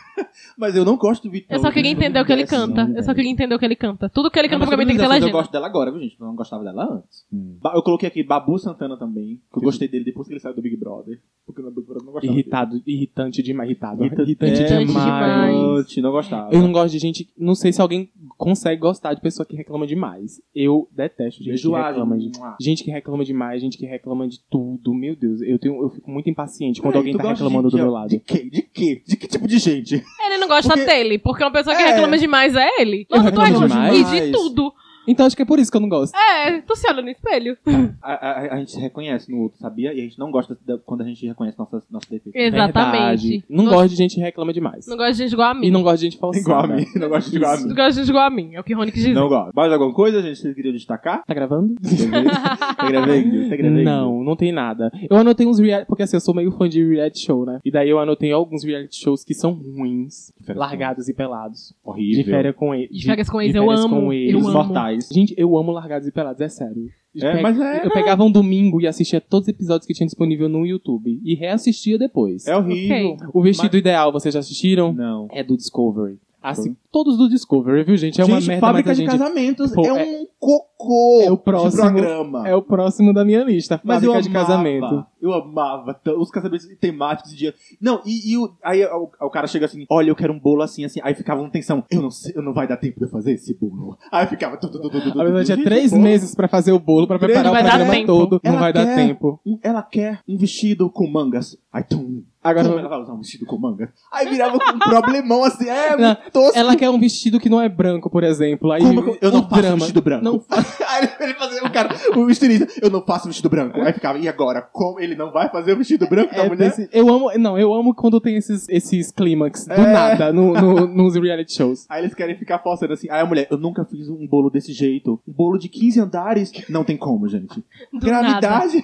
Speaker 1: mas eu não gosto do Vitão.
Speaker 2: Eu É só queria
Speaker 1: gente,
Speaker 2: entender o que ele
Speaker 1: não me
Speaker 2: canta.
Speaker 1: desce,
Speaker 2: Eu só queria entender o que ele canta. Tudo que ele
Speaker 1: não,
Speaker 2: canta
Speaker 1: mas
Speaker 2: pra mim tem que
Speaker 1: sobre
Speaker 2: ter
Speaker 1: Luísa Sonza, Eu
Speaker 2: legenda.
Speaker 1: gosto dela agora, viu, gente? Eu não gostava dela antes.
Speaker 3: Hum.
Speaker 1: Ba- Eu coloquei aqui Babu Santana também. Que eu gostei dele depois que ele saiu do Big Brother. Porque no Big Brother eu não gostava. dele.
Speaker 3: Irritado, irritante demais. Irritado.
Speaker 1: Irrita-
Speaker 3: Irritante
Speaker 1: É,
Speaker 3: demais.
Speaker 1: Irritante, Não gostava.
Speaker 3: Eu não gosto de gente. Não sei se alguém consegue gostar de pessoa que reclama demais. Eu detesto gente que
Speaker 1: Beijoar,
Speaker 3: reclama de.
Speaker 1: gente. Mua.
Speaker 3: Gente que reclama demais, gente que reclama de tudo. Meu Deus, eu, tenho, eu fico muito impaciente quando
Speaker 1: Peraí,
Speaker 3: alguém
Speaker 1: É, tu
Speaker 3: tá
Speaker 1: gosta de
Speaker 3: reclamando do
Speaker 1: gente é
Speaker 3: meu
Speaker 1: De
Speaker 3: lado.
Speaker 1: quê? De quê? De que tipo de gente?
Speaker 2: Ele não gosta
Speaker 1: Porque-
Speaker 2: dele, porque uma pessoa que
Speaker 1: É.
Speaker 2: reclama demais é ele.
Speaker 3: Eu
Speaker 2: Nossa, tu
Speaker 3: reclamo
Speaker 2: reclama e de
Speaker 1: demais.
Speaker 2: tudo.
Speaker 3: Então acho que é por isso que eu não gosto.
Speaker 2: É, tu se olha no espelho.
Speaker 1: A, a- a gente se reconhece no outro, sabia? E a gente não gosta da- quando a gente reconhece nossas, nossos defeitos.
Speaker 2: Exatamente.
Speaker 3: Verdade. Não
Speaker 2: Não-
Speaker 3: gosto de gente que reclama demais.
Speaker 2: Não gosta de gente igual a
Speaker 3: E
Speaker 2: mim.
Speaker 3: não gosto de gente assim, falsada.
Speaker 1: Igual a mim. Não gosto de igual a
Speaker 2: Tu
Speaker 1: mim.
Speaker 2: gosta de gente igual a mim. É o que Ronick diz.
Speaker 1: Não gosto. Mais alguma coisa, gente, que vocês queriam destacar?
Speaker 3: Tá gravando?
Speaker 1: Tá gravando? Tá gravando?
Speaker 3: Não, não tem nada. Eu anotei uns reality... Porque assim, eu sou meio fã de reality show, né? E daí eu anotei alguns reality shows que são ruins.
Speaker 1: Férias
Speaker 3: Largados e pelados.
Speaker 1: com- Horrível.
Speaker 3: De férias com eles.
Speaker 2: De férias com eles, eu
Speaker 3: férias
Speaker 2: amo.
Speaker 3: com eles.
Speaker 2: Eu
Speaker 1: Os
Speaker 2: amo.
Speaker 1: mortais.
Speaker 3: Gente, eu amo Largados e Pelados, é sério. Eu
Speaker 1: É,
Speaker 3: pe-
Speaker 1: mas é.
Speaker 3: Eu pegava um domingo e assistia todos os episódios que tinha disponível no YouTube. E reassistia depois.
Speaker 1: É horrível.
Speaker 3: O Vestido Ideal, vocês já assistiram?
Speaker 1: Não.
Speaker 3: É do Discovery. Assim, todos do Discovery, viu, gente? É uma
Speaker 1: gente,
Speaker 3: merda,
Speaker 1: fábrica
Speaker 3: mas a
Speaker 1: de
Speaker 3: gente...
Speaker 1: casamentos
Speaker 3: Pô,
Speaker 1: é um cocô
Speaker 3: É o próximo-
Speaker 1: de programa.
Speaker 3: É o próximo da minha lista,
Speaker 1: Mas
Speaker 3: fábrica
Speaker 1: eu
Speaker 3: de
Speaker 1: amava,
Speaker 3: casamento.
Speaker 1: Eu amava t- os casamentos temáticos de dia. Não, e, e o, aí o, o cara chega assim: olha, eu quero um bolo assim, assim. Aí ficava uma tensão: eu não sei, eu não vai dar tempo de eu fazer esse bolo. Aí ficava. tu, tu, tu, tu, tu,
Speaker 3: Na verdade,
Speaker 1: tu,
Speaker 3: tinha
Speaker 1: tu,
Speaker 3: três
Speaker 1: tu, tu.
Speaker 3: meses pra fazer o bolo, pra
Speaker 1: Três-
Speaker 3: preparar o
Speaker 2: Não vai dar
Speaker 3: programa
Speaker 2: tempo.
Speaker 3: todo. Não
Speaker 1: Ela
Speaker 3: vai dar
Speaker 1: quer.
Speaker 3: tempo.
Speaker 1: Um- Ela quer um vestido com mangas. Aí tum. Como
Speaker 3: Agora,
Speaker 1: ela vai usar um vestido com mangas? Aí virava um problemão assim, é,
Speaker 3: Não,
Speaker 1: tosco.
Speaker 3: ela quer um vestido que não é branco, por exemplo. Aí
Speaker 1: Como que eu- eu não
Speaker 3: o
Speaker 1: faço
Speaker 3: drama.
Speaker 1: vestido [laughs] branco? É,
Speaker 3: Não
Speaker 1: [laughs] Aí ele- ele fazia o cara, o vestirista, eu não faço vestido branco. Aí ficava, e agora? Como ele não vai fazer o vestido branco da
Speaker 3: É,
Speaker 1: mulher?
Speaker 3: desse- eu amo, não, eu amo quando tem esses, esses clímax do
Speaker 1: É.
Speaker 3: nada no, no- nos reality shows.
Speaker 1: Aí eles querem ficar forçando assim. Aí a mulher, eu nunca fiz um bolo desse jeito. Um bolo de 15 andares. Não tem como, gente.
Speaker 2: Do nada.
Speaker 1: Gravidade.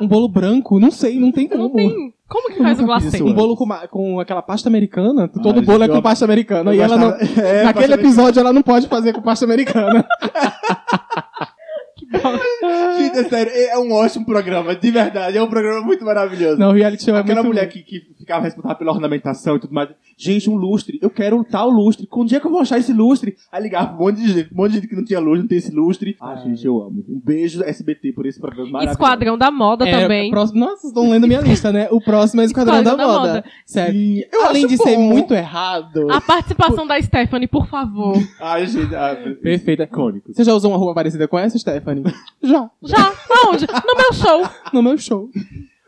Speaker 3: Um bolo branco, não sei, não tem como.
Speaker 2: Não tem. Como que faz o
Speaker 1: nunca fiz
Speaker 2: glacê?
Speaker 1: isso
Speaker 3: Um bolo com, ma- com aquela pasta americana, todo
Speaker 1: gente,
Speaker 3: bolo é
Speaker 1: Ah, eu
Speaker 3: com
Speaker 1: amo-
Speaker 3: pasta americana.
Speaker 1: Eu
Speaker 3: E ela não,
Speaker 1: gostava- [laughs] É,
Speaker 3: naquele
Speaker 1: pasta
Speaker 3: episódio ela não pode fazer com pasta
Speaker 1: [laughs]
Speaker 3: americana.
Speaker 1: Gente, é sério, é um ótimo programa, de verdade. É um programa muito maravilhoso.
Speaker 3: não, o reality show é
Speaker 1: Aquela
Speaker 3: muito
Speaker 1: mulher que, que ficava responsável pela ornamentação e tudo mais. Gente, um lustre. Eu quero um tal lustre. Onde é que eu vou achar esse lustre? Aí ligava um monte de gente, um monte de gente que não tinha luz, não tem esse lustre. Ah, gente, eu amo. Um beijo SBT por esse programa maravilhoso.
Speaker 2: Esquadrão da moda
Speaker 3: É,
Speaker 2: também.
Speaker 3: próximo- nossa, estão lendo minha lista, né? O próximo é Esquadrão,
Speaker 2: Esquadrão
Speaker 3: da,
Speaker 2: da
Speaker 3: moda.
Speaker 2: Moda.
Speaker 3: Sério.
Speaker 1: Sim, eu
Speaker 3: Além
Speaker 1: acho
Speaker 3: de ser
Speaker 1: bom.
Speaker 3: muito errado.
Speaker 2: A participação da Stephanie, por favor.
Speaker 1: Ai, gente, ah,
Speaker 3: Perfeita.
Speaker 1: icônico.
Speaker 3: Você já usou uma roupa parecida com essa, Stephanie? já.
Speaker 2: Já? Aonde? No meu show.
Speaker 3: No meu show.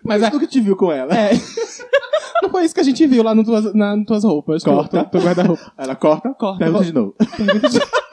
Speaker 3: Mas
Speaker 1: Mas nunca te viu com ela.
Speaker 3: É. Não foi isso que a gente viu lá no tuas, na, nas tuas roupas.
Speaker 1: Corta.
Speaker 3: Teu, teu guarda-roupa.
Speaker 1: Ela corta,
Speaker 3: Corta.
Speaker 1: pergunta de novo.
Speaker 2: E a
Speaker 3: [laughs]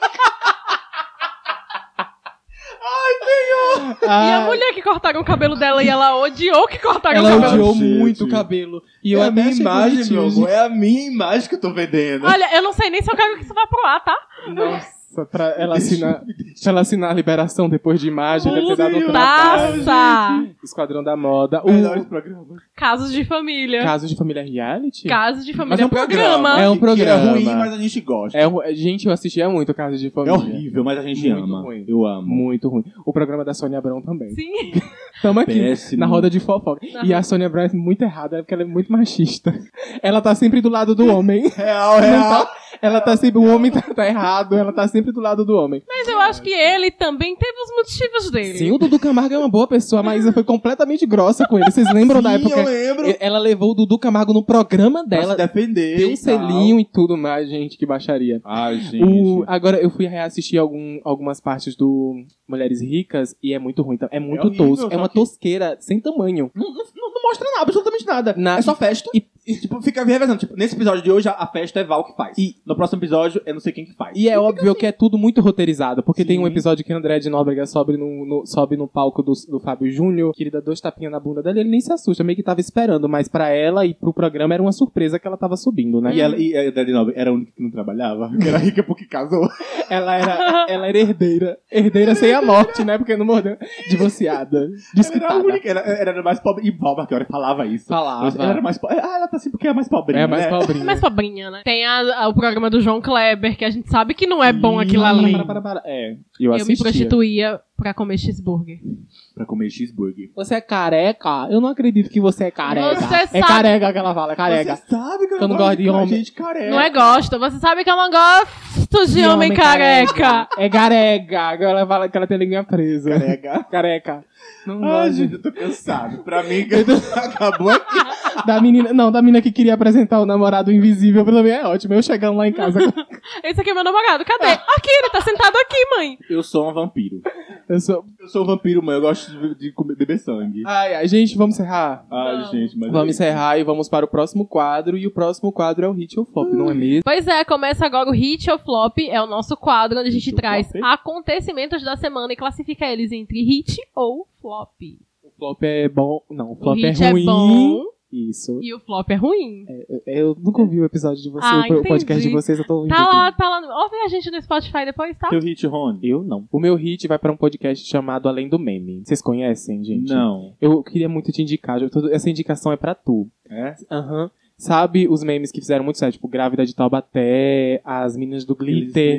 Speaker 3: Ah,
Speaker 2: mulher que cortaram o cabelo dela e ela odiou que cortaram
Speaker 3: ela
Speaker 2: o cabelo.
Speaker 3: odiou
Speaker 1: Gente.
Speaker 3: muito o cabelo. E eu
Speaker 1: é a
Speaker 3: até
Speaker 1: minha
Speaker 3: achei
Speaker 1: imagem,
Speaker 3: bonitinho,
Speaker 1: meu
Speaker 3: gente.
Speaker 1: amor. É a minha imagem que eu tô vendendo.
Speaker 2: Olha, eu não sei nem se eu quero que isso vá pro ar, tá?
Speaker 3: Nossa, pra ela assinar, pra ela assinar a liberação depois de imagem, deve ter dado um trabalho.
Speaker 2: Passa!
Speaker 3: Esquadrão da Moda.
Speaker 1: Melhores
Speaker 3: O
Speaker 1: programas.
Speaker 2: Casos de família.
Speaker 3: caso de família reality?
Speaker 2: Casos de família.
Speaker 1: é um programa.
Speaker 3: É um
Speaker 1: Que- que
Speaker 3: programa.
Speaker 1: é ruim, mas a gente gosta.
Speaker 3: É, ru- gente, eu assistia muito caso de
Speaker 1: É
Speaker 3: família.
Speaker 1: horrível, mas a gente
Speaker 3: Muito
Speaker 1: ama.
Speaker 3: ruim.
Speaker 1: Eu amo.
Speaker 3: Muito ruim. O programa da Sônia Abrão também.
Speaker 2: Sim.
Speaker 3: Tamo aqui.
Speaker 1: Péssimo.
Speaker 3: Na roda de fofoca.
Speaker 2: Na
Speaker 3: E a Sônia Abrão é muito errada, porque ela é muito machista. [laughs] Ela tá sempre do lado do
Speaker 1: [laughs]
Speaker 3: homem.
Speaker 1: Real,
Speaker 3: Não
Speaker 1: real.
Speaker 3: tá- ela tá sempre. O homem tá, tá errado, ela tá sempre do lado do homem.
Speaker 2: Mas eu acho que ele também teve os motivos dele.
Speaker 3: Sim, o Dudu Camargo é uma boa pessoa, a Maísa foi completamente grossa com ele. Vocês lembram da
Speaker 1: Sim, eu
Speaker 3: época?
Speaker 1: lembro.
Speaker 3: Ela levou o Dudu Camargo no programa
Speaker 1: Pra se
Speaker 3: dela,
Speaker 1: defender.
Speaker 3: deu
Speaker 1: e
Speaker 3: um selinho e tudo mais, gente, que baixaria.
Speaker 1: tal. Ai, gente.
Speaker 3: O- agora eu fui reassistir algum- algumas partes do Mulheres Ricas e é muito ruim. tá? É muito
Speaker 1: horrível,
Speaker 3: tosco.
Speaker 1: só
Speaker 3: É uma
Speaker 1: que-
Speaker 3: tosqueira sem tamanho.
Speaker 1: Não, não- não- não mostra nada, absolutamente nada.
Speaker 3: Na-
Speaker 1: É só festa.
Speaker 3: e-
Speaker 1: E, tipo, fica revezando. Tipo, nesse episódio de hoje, a, a festa é Val que faz.
Speaker 3: E-
Speaker 1: no próximo episódio, é não sei quem que faz.
Speaker 3: E é óbvio que é tudo muito roteirizado, porque tem um
Speaker 1: Sim.
Speaker 3: episódio que André de Nóbrega sobe no, no- sobe no palco do, do Fábio Júnior, que ele dá dois tapinhas na bunda dela, ele nem se assusta, meio que tava esperando, mas pra ela e pro programa era uma surpresa que ela tava subindo, né?
Speaker 1: E ela, e a Dani Nobre era a única que não trabalhava, que era rica porque casou.
Speaker 3: Ela era, ela era herdeira. Herdeira sem a morte, né? Porque não mordeu. Divorciada.
Speaker 1: [laughs] Era a
Speaker 3: Desquitada.
Speaker 1: única, era, era mais pobre. E Val Marchiori falava isso.
Speaker 3: Falava.
Speaker 1: Ela era mais pobre. Ah, ela tá assim porque é mais pobre.
Speaker 3: É, mais
Speaker 1: né?
Speaker 3: pobrinha.
Speaker 2: Mas pobrinha, né? Tem a- a- o programa do João Kleber, que a gente sabe que não é bom aquilo
Speaker 3: Para,
Speaker 2: ali.
Speaker 3: para, para, para. É, eu
Speaker 2: Eu me
Speaker 3: assistia.
Speaker 2: prostituía pra comer cheeseburger.
Speaker 1: Pra comer cheeseburger.
Speaker 3: Você é careca? Eu não acredito que você é careca.
Speaker 2: Você
Speaker 3: é
Speaker 2: sabe-
Speaker 3: careca que ela fala, é careca.
Speaker 1: Você sabe que eu
Speaker 3: Eu não
Speaker 1: não
Speaker 3: gosto de
Speaker 1: com a
Speaker 3: homem.
Speaker 1: Gente careca.
Speaker 2: Não é gosto. Você sabe que eu não gosto de,
Speaker 3: Que
Speaker 2: homem, careca.
Speaker 3: É careca. Agora Ela fala que ela tem a linguinha presa.
Speaker 1: careca.
Speaker 3: Careca. Não
Speaker 1: Ai,
Speaker 3: gosto.
Speaker 1: gente, eu tô cansado. Pra mim, acabou aqui.
Speaker 3: [laughs] Da menina, não, da menina que queria apresentar o namorado invisível pra mim é ótimo. Eu chegando lá em casa. [laughs]
Speaker 2: Esse aqui é meu namorado. Cadê? Aqui, ele tá sentado aqui, mãe.
Speaker 1: Eu sou um vampiro.
Speaker 3: eu sou...
Speaker 1: Eu sou um vampiro, mãe. Eu gosto de, de comer, beber sangue.
Speaker 3: Ai, ai, gente, vamos encerrar?
Speaker 1: Ai,
Speaker 2: Não.
Speaker 1: gente, mas.
Speaker 3: Vamos encerrar e vamos para o próximo quadro. E o próximo quadro é o hit ou flop, não é mesmo?
Speaker 2: Pois é, começa agora o Hit ou Flop. É o nosso quadro onde a gente
Speaker 1: Hit ou
Speaker 2: traz
Speaker 1: flop?
Speaker 2: acontecimentos da semana e classifica eles entre hit ou flop.
Speaker 3: O flop é bom. Não, o flop
Speaker 2: o
Speaker 3: é
Speaker 2: hit
Speaker 3: ruim.
Speaker 2: é bom
Speaker 3: Isso.
Speaker 2: e o flop é ruim.
Speaker 3: É, Eu nunca ouvi o episódio de vocês,
Speaker 2: Ah,
Speaker 3: o podcast
Speaker 2: entendi.
Speaker 3: de vocês, eu tô ouvindo.
Speaker 2: Tá
Speaker 3: aqui.
Speaker 2: lá, tá lá. no- Ouve a gente no Spotify depois, tá?
Speaker 1: Teu hit, Rony?
Speaker 3: Eu não. O meu hit vai pra um podcast chamado Além do Meme. Vocês conhecem, gente?
Speaker 1: Não.
Speaker 3: Eu queria muito te indicar. eu tô- Essa indicação é pra tu.
Speaker 1: É?
Speaker 3: Aham. Sabe os memes que fizeram muito sucesso? Tipo, Grávida de Taubaté, as meninas do
Speaker 1: Eles
Speaker 3: Glitter.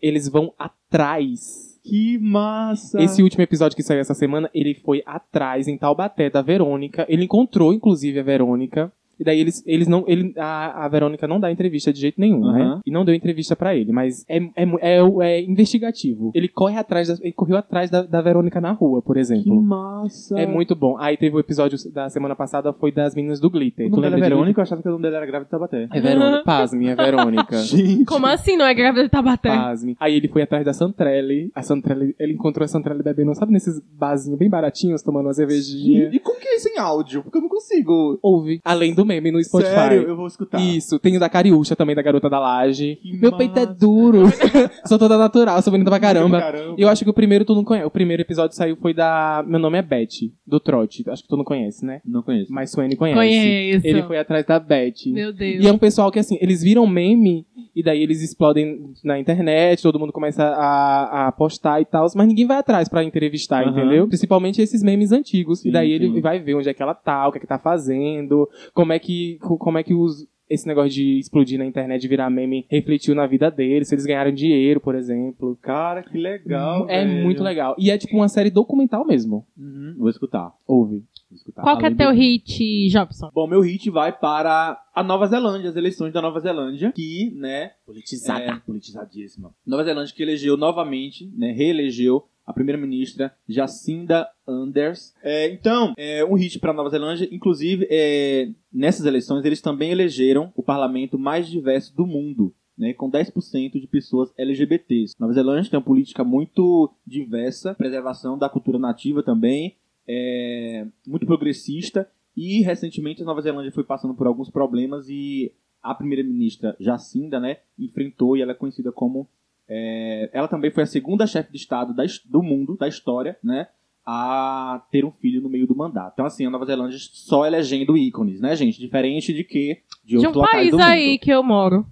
Speaker 3: Eles,
Speaker 1: ficam.
Speaker 3: vão atrás.
Speaker 1: Que massa!
Speaker 3: Esse último episódio que saiu essa semana, ele foi atrás em Taubaté da Verônica. Ele encontrou, inclusive, a Verônica. E daí eles, eles não. Ele, a, a Verônica não dá entrevista de jeito nenhum, né?
Speaker 1: Aham.
Speaker 3: E não deu entrevista pra ele, mas é, é, mu- é, o- é investigativo. Ele corre atrás, da- ele correu atrás da, da Verônica na rua, por
Speaker 1: Que
Speaker 3: exemplo.
Speaker 1: massa!
Speaker 3: É muito bom. Aí teve o episódio da semana passada, foi das meninas do Glitter. Tu
Speaker 1: O nome dela
Speaker 3: lembra
Speaker 1: é
Speaker 3: de
Speaker 1: Verônica, eu achava que o nome dela era grávida de Tabaté.
Speaker 3: Glitter? É
Speaker 1: [laughs]
Speaker 3: Verônica. Pasme, é Verônica.
Speaker 1: Gente!
Speaker 2: Como assim não é grávida de Tabaté?
Speaker 3: Pasme. Aí ele foi atrás da Santrelli. A Santrelli, ele encontrou a Santrelli bebendo, sabe, nesses barzinhos bem baratinhos, tomando uma cervejinha.
Speaker 1: E como que é isso em áudio? Porque eu não consigo.
Speaker 3: Ouve. Além do meme no Spotify.
Speaker 1: Sério, eu vou escutar.
Speaker 3: Isso, tem o da Cariúcha também, da Garota da Laje.
Speaker 1: Que
Speaker 3: Meu peito é
Speaker 1: massa.
Speaker 3: duro. [laughs] sou toda natural, sou bonita pra caramba.
Speaker 1: Caramba.
Speaker 3: Eu acho que o primeiro tu não conhece. O primeiro episódio saiu foi da. Meu nome é Beth, do Trote. Acho que tu não conhece, né?
Speaker 1: Não conheço.
Speaker 3: Mas Suene conhece.
Speaker 2: Conheço.
Speaker 3: é, Ele foi atrás da Beth.
Speaker 2: Meu Deus.
Speaker 3: E é um pessoal que, assim, eles viram meme e daí eles explodem na internet, todo mundo começa a, a postar e tal, mas ninguém vai atrás pra entrevistar,
Speaker 1: Aham.
Speaker 3: entendeu? Principalmente esses memes antigos. e
Speaker 1: Sim,
Speaker 3: daí ele
Speaker 1: sim.
Speaker 3: vai ver onde é que ela tá, o que é que tá fazendo, como é que, co- como é que os. Esse negócio de explodir na internet, e virar meme, refletiu na vida deles, se eles ganharam dinheiro, por exemplo.
Speaker 1: Cara, que legal.
Speaker 3: é
Speaker 1: velho.
Speaker 3: muito legal. E é tipo uma série documental mesmo.
Speaker 1: Uhum, Vou escutar.
Speaker 3: Ouve.
Speaker 1: Vou escutar.
Speaker 2: Qual que é
Speaker 1: Além
Speaker 2: teu
Speaker 1: do-
Speaker 2: hit, Jobson?
Speaker 1: Bom, meu hit vai para a Nova Zelândia, as eleições da Nova Zelândia, que, né,
Speaker 3: Politizada.
Speaker 1: É, politizadíssima. Nova Zelândia que elegeu novamente, né, reelegeu a primeira-ministra Jacinda Anders. É, então, é um hit para Nova Zelândia. Inclusive, é, nessas eleições, eles também elegeram o parlamento mais diverso do mundo. Né, com 10% de pessoas LGBTs. Nova Zelândia tem uma política muito diversa, preservação da cultura nativa também, é, muito progressista, e recentemente a Nova Zelândia foi passando por alguns problemas e a primeira-ministra Jacinda, né, enfrentou e ela é conhecida como É, ela também foi a segunda chefe de Estado da his- do mundo, da história, né? A ter um filho no meio do mandato. Então, assim, a Nova Zelândia só elegendo ícones, né, gente? Diferente de que de
Speaker 2: De
Speaker 1: outros
Speaker 2: um
Speaker 3: é
Speaker 1: locais
Speaker 2: país
Speaker 1: do
Speaker 2: aí
Speaker 1: mundo.
Speaker 2: que eu moro.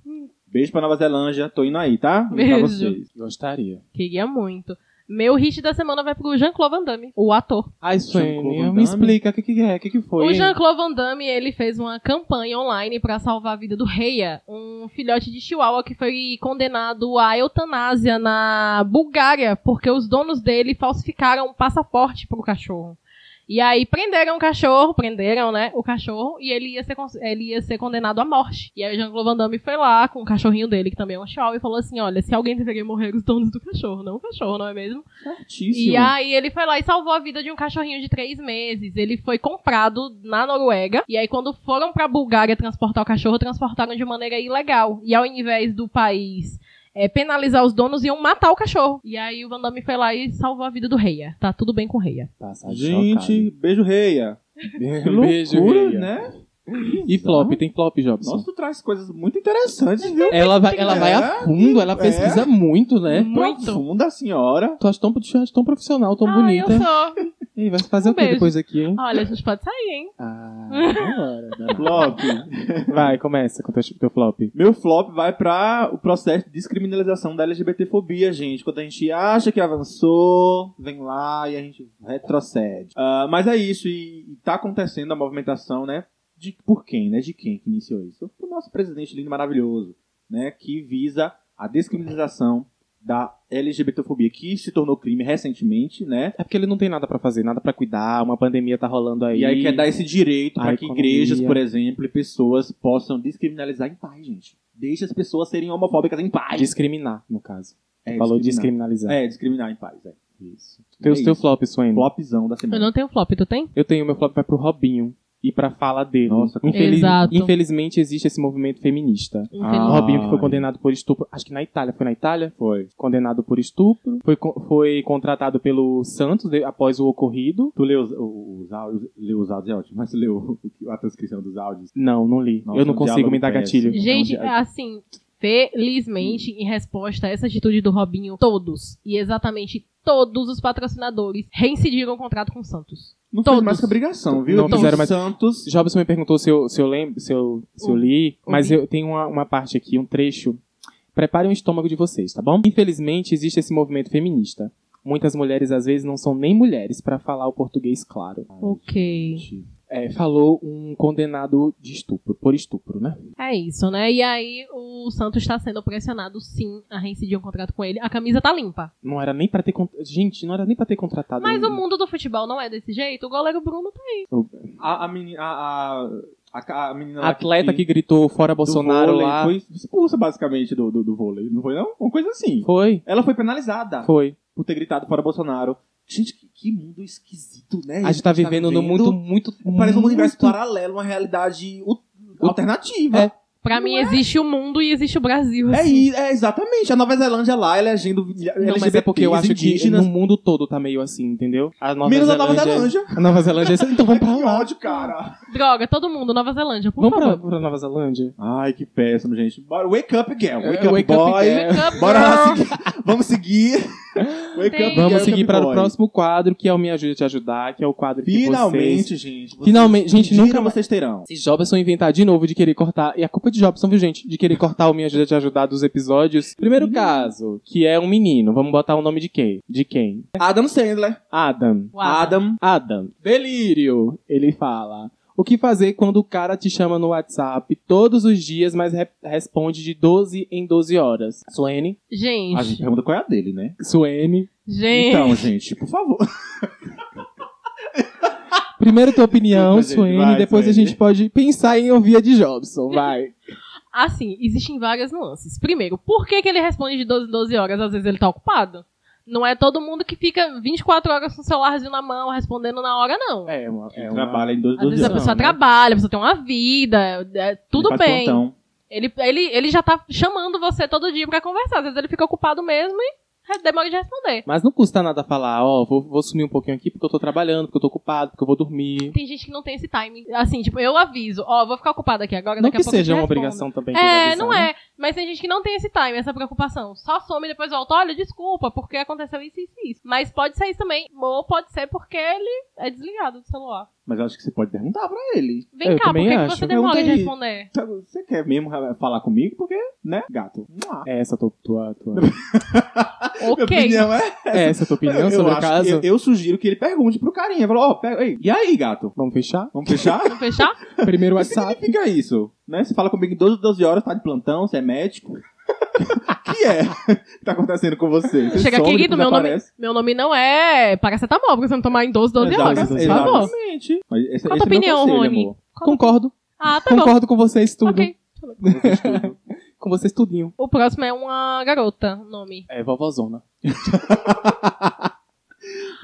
Speaker 1: Beijo pra Nova Zelândia, tô indo aí, tá? Beijo pra
Speaker 2: Beijo.
Speaker 1: vocês.
Speaker 3: Gostaria.
Speaker 2: Queria muito. Meu hit da semana vai pro Jean-Claude Van Damme, o ator.
Speaker 3: Ai,
Speaker 1: Jean-Claude
Speaker 3: Suene,
Speaker 1: Van
Speaker 3: me
Speaker 1: Damme.
Speaker 3: explica o que, que é, o que, que foi.
Speaker 2: O
Speaker 3: hein?
Speaker 2: Jean-Claude Van Damme, ele fez uma campanha online pra salvar a vida do Reia, um filhote de chihuahua que foi condenado à eutanásia na Bulgária, porque os donos dele falsificaram um passaporte pro cachorro. E aí prenderam o cachorro, prenderam, né, o cachorro, e ele ia ser, con- ele ia ser condenado à morte. E aí o Jean-Claude Van Damme foi lá com o cachorrinho dele, que também é um chihuahua, e falou assim, olha, se alguém deveria morrer, os donos do cachorro, não o cachorro, não é mesmo?
Speaker 1: Certíssimo.
Speaker 2: E aí ele foi lá e salvou a vida de um cachorrinho de três meses. Ele foi comprado na Noruega. E aí, quando foram pra Bulgária transportar o cachorro, transportaram de maneira ilegal. E ao invés do país. é, penalizar os donos iam matar o cachorro. E aí o Van Damme foi lá e salvou a vida do Reia. Tá tudo bem com o Reia.
Speaker 3: Passado
Speaker 1: Tá, Gente, beijo reia. Que
Speaker 3: chocado. É beijo,
Speaker 1: loucura,
Speaker 3: Reia.
Speaker 1: né?
Speaker 3: E flop, tem flop, Jobson.
Speaker 1: Nossa, tu traz coisas muito interessantes, viu?
Speaker 3: Ela vai, ela vai
Speaker 1: É,
Speaker 3: a fundo, ela
Speaker 1: é.
Speaker 3: pesquisa muito,
Speaker 1: Hum.
Speaker 3: né?
Speaker 2: Muito.
Speaker 1: Profunda, senhora.
Speaker 3: Tu acha tão, tu acha tão profissional, tão
Speaker 2: ah,
Speaker 3: bonita.
Speaker 2: eu sou.
Speaker 3: Ei, vai fazer
Speaker 2: Um
Speaker 3: o que
Speaker 2: beijo.
Speaker 3: depois aqui, hein?
Speaker 2: Olha, a gente pode sair, hein?
Speaker 3: Ah, agora.
Speaker 1: Flop.
Speaker 3: Ah,
Speaker 1: [laughs]
Speaker 3: Vai, começa com o teu, teu flop.
Speaker 1: Meu flop vai pra o processo de descriminalização da LGBTfobia, gente. Quando a gente acha que avançou, vem lá e a gente retrocede. Ah, mas é isso, e, e tá acontecendo a movimentação, né? De por quem, né? De quem que iniciou isso? O nosso presidente lindo e maravilhoso, né? Que visa a descriminalização da LGBTfobia, que se tornou crime recentemente, né?
Speaker 3: É porque ele não tem nada pra fazer, nada pra cuidar, uma pandemia tá rolando aí.
Speaker 1: E aí quer dar esse direito
Speaker 3: A
Speaker 1: para que
Speaker 3: economia.
Speaker 1: igrejas, por exemplo, e pessoas possam descriminalizar em paz, gente. Deixa as pessoas serem homofóbicas em paz.
Speaker 3: Discriminar, no caso.
Speaker 1: É,
Speaker 3: Falou
Speaker 1: discriminar.
Speaker 3: discriminalizar.
Speaker 1: É, discriminar em paz, é. Isso.
Speaker 3: Tem
Speaker 1: é
Speaker 3: os teus
Speaker 1: isso.
Speaker 3: flops, Suene.
Speaker 1: flopzão da
Speaker 2: Eu
Speaker 1: semana.
Speaker 2: não tenho flop, tu tem?
Speaker 3: Eu tenho, meu flop vai pro Robinho. E pra fala dele.
Speaker 1: Nossa, como-
Speaker 2: Exato.
Speaker 3: Infelizmente existe esse movimento feminista.
Speaker 2: Infelizmente.
Speaker 3: O Robinho que foi
Speaker 1: Ai.
Speaker 3: condenado por estupro, acho que na Itália, foi na Itália?
Speaker 1: Foi.
Speaker 3: Condenado por estupro. Foi, co- foi contratado pelo Santos de- após o ocorrido.
Speaker 1: Tu leu os, o- os áudios, leu os áudios é ótimo, mas tu leu o- o- a transcrição dos áudios.
Speaker 3: Não, não li.
Speaker 1: Nossa,
Speaker 3: eu não
Speaker 1: um
Speaker 3: consigo
Speaker 1: diálogo
Speaker 3: me dar
Speaker 1: péssimo.
Speaker 3: gatilho.
Speaker 2: Gente,
Speaker 1: É um dia-
Speaker 2: assim, felizmente, em resposta a essa atitude do Robinho, todos, e exatamente todos os patrocinadores, reincidiram o contrato com o Santos.
Speaker 1: Não
Speaker 2: Todos.
Speaker 1: fez mais que obrigação, viu?
Speaker 3: Não
Speaker 1: Então,
Speaker 3: fizeram mais-
Speaker 1: Santos.
Speaker 3: Jobson me perguntou se eu, se eu lembro, se eu, se eu
Speaker 2: Hum,
Speaker 3: li, mas
Speaker 2: ouvi.
Speaker 3: eu tenho uma, uma parte aqui, um trecho. Preparem o estômago de vocês, tá bom? Infelizmente, existe esse movimento feminista. Muitas mulheres, às vezes, não são nem mulheres pra falar o português claro.
Speaker 2: Ok.
Speaker 3: É, falou um condenado de estupro, por estupro, né?
Speaker 2: É isso, né? E aí o Santos está sendo pressionado, sim, a reincidir um contrato com ele. A camisa tá limpa.
Speaker 3: Não era nem pra ter... con- Gente, não era nem pra ter
Speaker 1: Tá
Speaker 3: contratado... um
Speaker 2: Mas
Speaker 3: ele.
Speaker 2: o mundo do futebol não é desse jeito. O goleiro Bruno tá
Speaker 3: um
Speaker 1: A, a, meni- a, a, a, ca- a menina lá
Speaker 3: Atleta que
Speaker 1: que
Speaker 3: gritou fora
Speaker 1: do
Speaker 3: Bolsonaro
Speaker 1: vôlei
Speaker 3: lá... Foi?
Speaker 1: foi expulsa basicamente do, do, do vôlei, não foi não? Uma coisa assim.
Speaker 3: Foi,
Speaker 1: Ela foi penalizada por ter gritado fora Bolsonaro. Gente, que, que mundo esquisito, né?
Speaker 3: A gente tá vivendo num mundo muito...
Speaker 1: Parece um universo
Speaker 3: muito-
Speaker 1: paralelo, uma realidade u- alternativa.
Speaker 3: É.
Speaker 2: Pra
Speaker 1: Não
Speaker 2: mim, existe o mundo e existe o Brasil.
Speaker 1: É,
Speaker 2: assim.
Speaker 1: i- é exatamente. A Nova Zelândia lá é elegendo
Speaker 3: Não,
Speaker 1: LGBTs,
Speaker 3: mas é porque eu acho que
Speaker 1: indígenas.
Speaker 3: no mundo todo tá meio assim, entendeu? A Nova
Speaker 1: Menos a
Speaker 3: Zelândia,
Speaker 1: Nova Zelândia. é
Speaker 3: A Nova Zelândia, então vamos pra
Speaker 1: Que
Speaker 3: lá.
Speaker 1: ódio, cara.
Speaker 2: Droga, todo mundo, Nova Zelândia, por
Speaker 3: Vamos pra,
Speaker 2: favor.
Speaker 3: pra Nova Zelândia?
Speaker 1: Ai, que péssimo, gente. Bora, wake up, girl. Wake
Speaker 3: É,
Speaker 1: up,
Speaker 3: wake up,
Speaker 1: boy.
Speaker 3: girl.
Speaker 2: Wake up,
Speaker 1: Bora lá
Speaker 2: girl.
Speaker 1: seguir. Vamos [laughs] seguir. Wake
Speaker 2: Tem-
Speaker 1: up,
Speaker 3: Vamos
Speaker 1: girl,
Speaker 3: seguir
Speaker 1: wake
Speaker 3: para o
Speaker 1: boy.
Speaker 3: próximo quadro, que é o Me Ajude a Te Ajudar, que é o quadro que vocês...
Speaker 1: Finalmente, gente. vocês
Speaker 3: Finalmente, gente,
Speaker 1: pediram,
Speaker 3: nunca mais-
Speaker 1: vocês terão.
Speaker 3: Se Jobson inventar de novo de querer cortar... E a culpa de Jobson, viu, gente? De querer cortar o Me Ajude a Te Ajudar dos episódios. Primeiro caso, que é um menino. Vamos botar o nome de quem? De quem?
Speaker 1: Adam Sandler.
Speaker 3: Adam.
Speaker 2: Uau.
Speaker 1: Adam.
Speaker 3: Adam, delírio, ele fala. O que fazer quando o cara te chama no WhatsApp todos os dias, mas re- responde de 12 em 12 horas? Suene?
Speaker 1: A gente
Speaker 2: Gente,
Speaker 1: pergunta qual é a dele, né?
Speaker 3: Suene?
Speaker 2: gente.
Speaker 1: Então, gente, por favor.
Speaker 3: Primeiro tua opinião,
Speaker 1: Desculpa, gente.
Speaker 3: Suene,
Speaker 1: Vai,
Speaker 3: depois a
Speaker 1: Suene.
Speaker 3: gente pode pensar em ouvir a de Jobson, vai.
Speaker 2: Assim, existem várias nuances. Primeiro, por que, que ele responde de 12 em 12 horas? Às vezes ele tá ocupado. Não é todo mundo que fica 24 horas com o celularzinho na mão, respondendo na hora, não.
Speaker 3: É, uma, é uma-
Speaker 1: Trabalha em dois,
Speaker 2: Às
Speaker 1: dois
Speaker 2: vezes a
Speaker 1: anos.
Speaker 2: pessoa
Speaker 3: né?
Speaker 2: trabalha, a pessoa tem uma vida, é, tudo
Speaker 1: Ele faz
Speaker 2: bem.
Speaker 1: plantão.
Speaker 2: Ele, ele, ele já tá chamando você todo dia pra conversar. Às vezes ele fica ocupado mesmo e demora de responder.
Speaker 3: Mas não custa nada falar, ó, vou, vou sumir um pouquinho aqui porque eu tô trabalhando, porque eu tô ocupado, porque eu vou dormir.
Speaker 2: Tem gente que não tem esse timing. Assim, tipo, eu aviso, ó, vou ficar ocupada aqui agora,
Speaker 3: Não
Speaker 2: daqui a
Speaker 3: que
Speaker 2: pouco eu te
Speaker 3: seja uma
Speaker 2: respondo.
Speaker 3: obrigação também. que eu
Speaker 2: É,
Speaker 3: avisar,
Speaker 2: não
Speaker 3: né?
Speaker 2: é. Mas tem gente que não tem esse time, essa preocupação. Só some e depois volta. Olha, desculpa, porque aconteceu isso, isso e isso. Mas pode ser isso também. Ou pode ser porque ele é desligado do celular.
Speaker 1: Mas eu acho que você pode perguntar pra ele.
Speaker 2: Vem
Speaker 3: Eu
Speaker 2: cá, por
Speaker 3: também
Speaker 2: que que
Speaker 3: acho.
Speaker 2: você demora de
Speaker 1: Pergunta aí.
Speaker 2: responder?
Speaker 1: Sabe, Você quer mesmo falar comigo? Porque, né, gato? Mua.
Speaker 3: É essa a tua, tua,
Speaker 2: [laughs]
Speaker 3: tua-
Speaker 1: Minha
Speaker 2: Ok.
Speaker 1: opinião é.
Speaker 3: é essa a tua opinião sobre o
Speaker 1: acho-
Speaker 3: caso?
Speaker 1: eu- eu sugiro que ele pergunte pro carinha. Fala, ó, pega aí. E aí, gato?
Speaker 3: Vamos
Speaker 2: [laughs]
Speaker 3: fechar?
Speaker 1: Vamos fechar?
Speaker 2: Vamos fechar?
Speaker 3: Primeiro
Speaker 1: O que
Speaker 2: [laughs]
Speaker 3: WhatsApp.
Speaker 1: significa isso? Né? Você fala comigo em 12, 12 horas, tá de plantão, você é médico. [laughs] O que é [laughs] que tá acontecendo com você? Você
Speaker 2: Chega,
Speaker 1: some,
Speaker 2: querido, meu nome,
Speaker 1: desaparece.
Speaker 2: meu nome não é paracetamol, porque você não tomar em 12, 12
Speaker 1: Exato,
Speaker 2: horas. Por
Speaker 1: exato.
Speaker 2: favor.
Speaker 1: Exatamente. Mas esse,
Speaker 2: Qual a
Speaker 1: esse é meu
Speaker 2: opinião,
Speaker 1: conselho,
Speaker 2: Rony?
Speaker 1: amor.
Speaker 3: Concordo.
Speaker 2: Ah, tá bom.
Speaker 3: Concordo com vocês tudo.
Speaker 2: Ok.
Speaker 3: Com vocês tudinho.
Speaker 2: O próximo é uma garota, o nome.
Speaker 3: É, vovozona.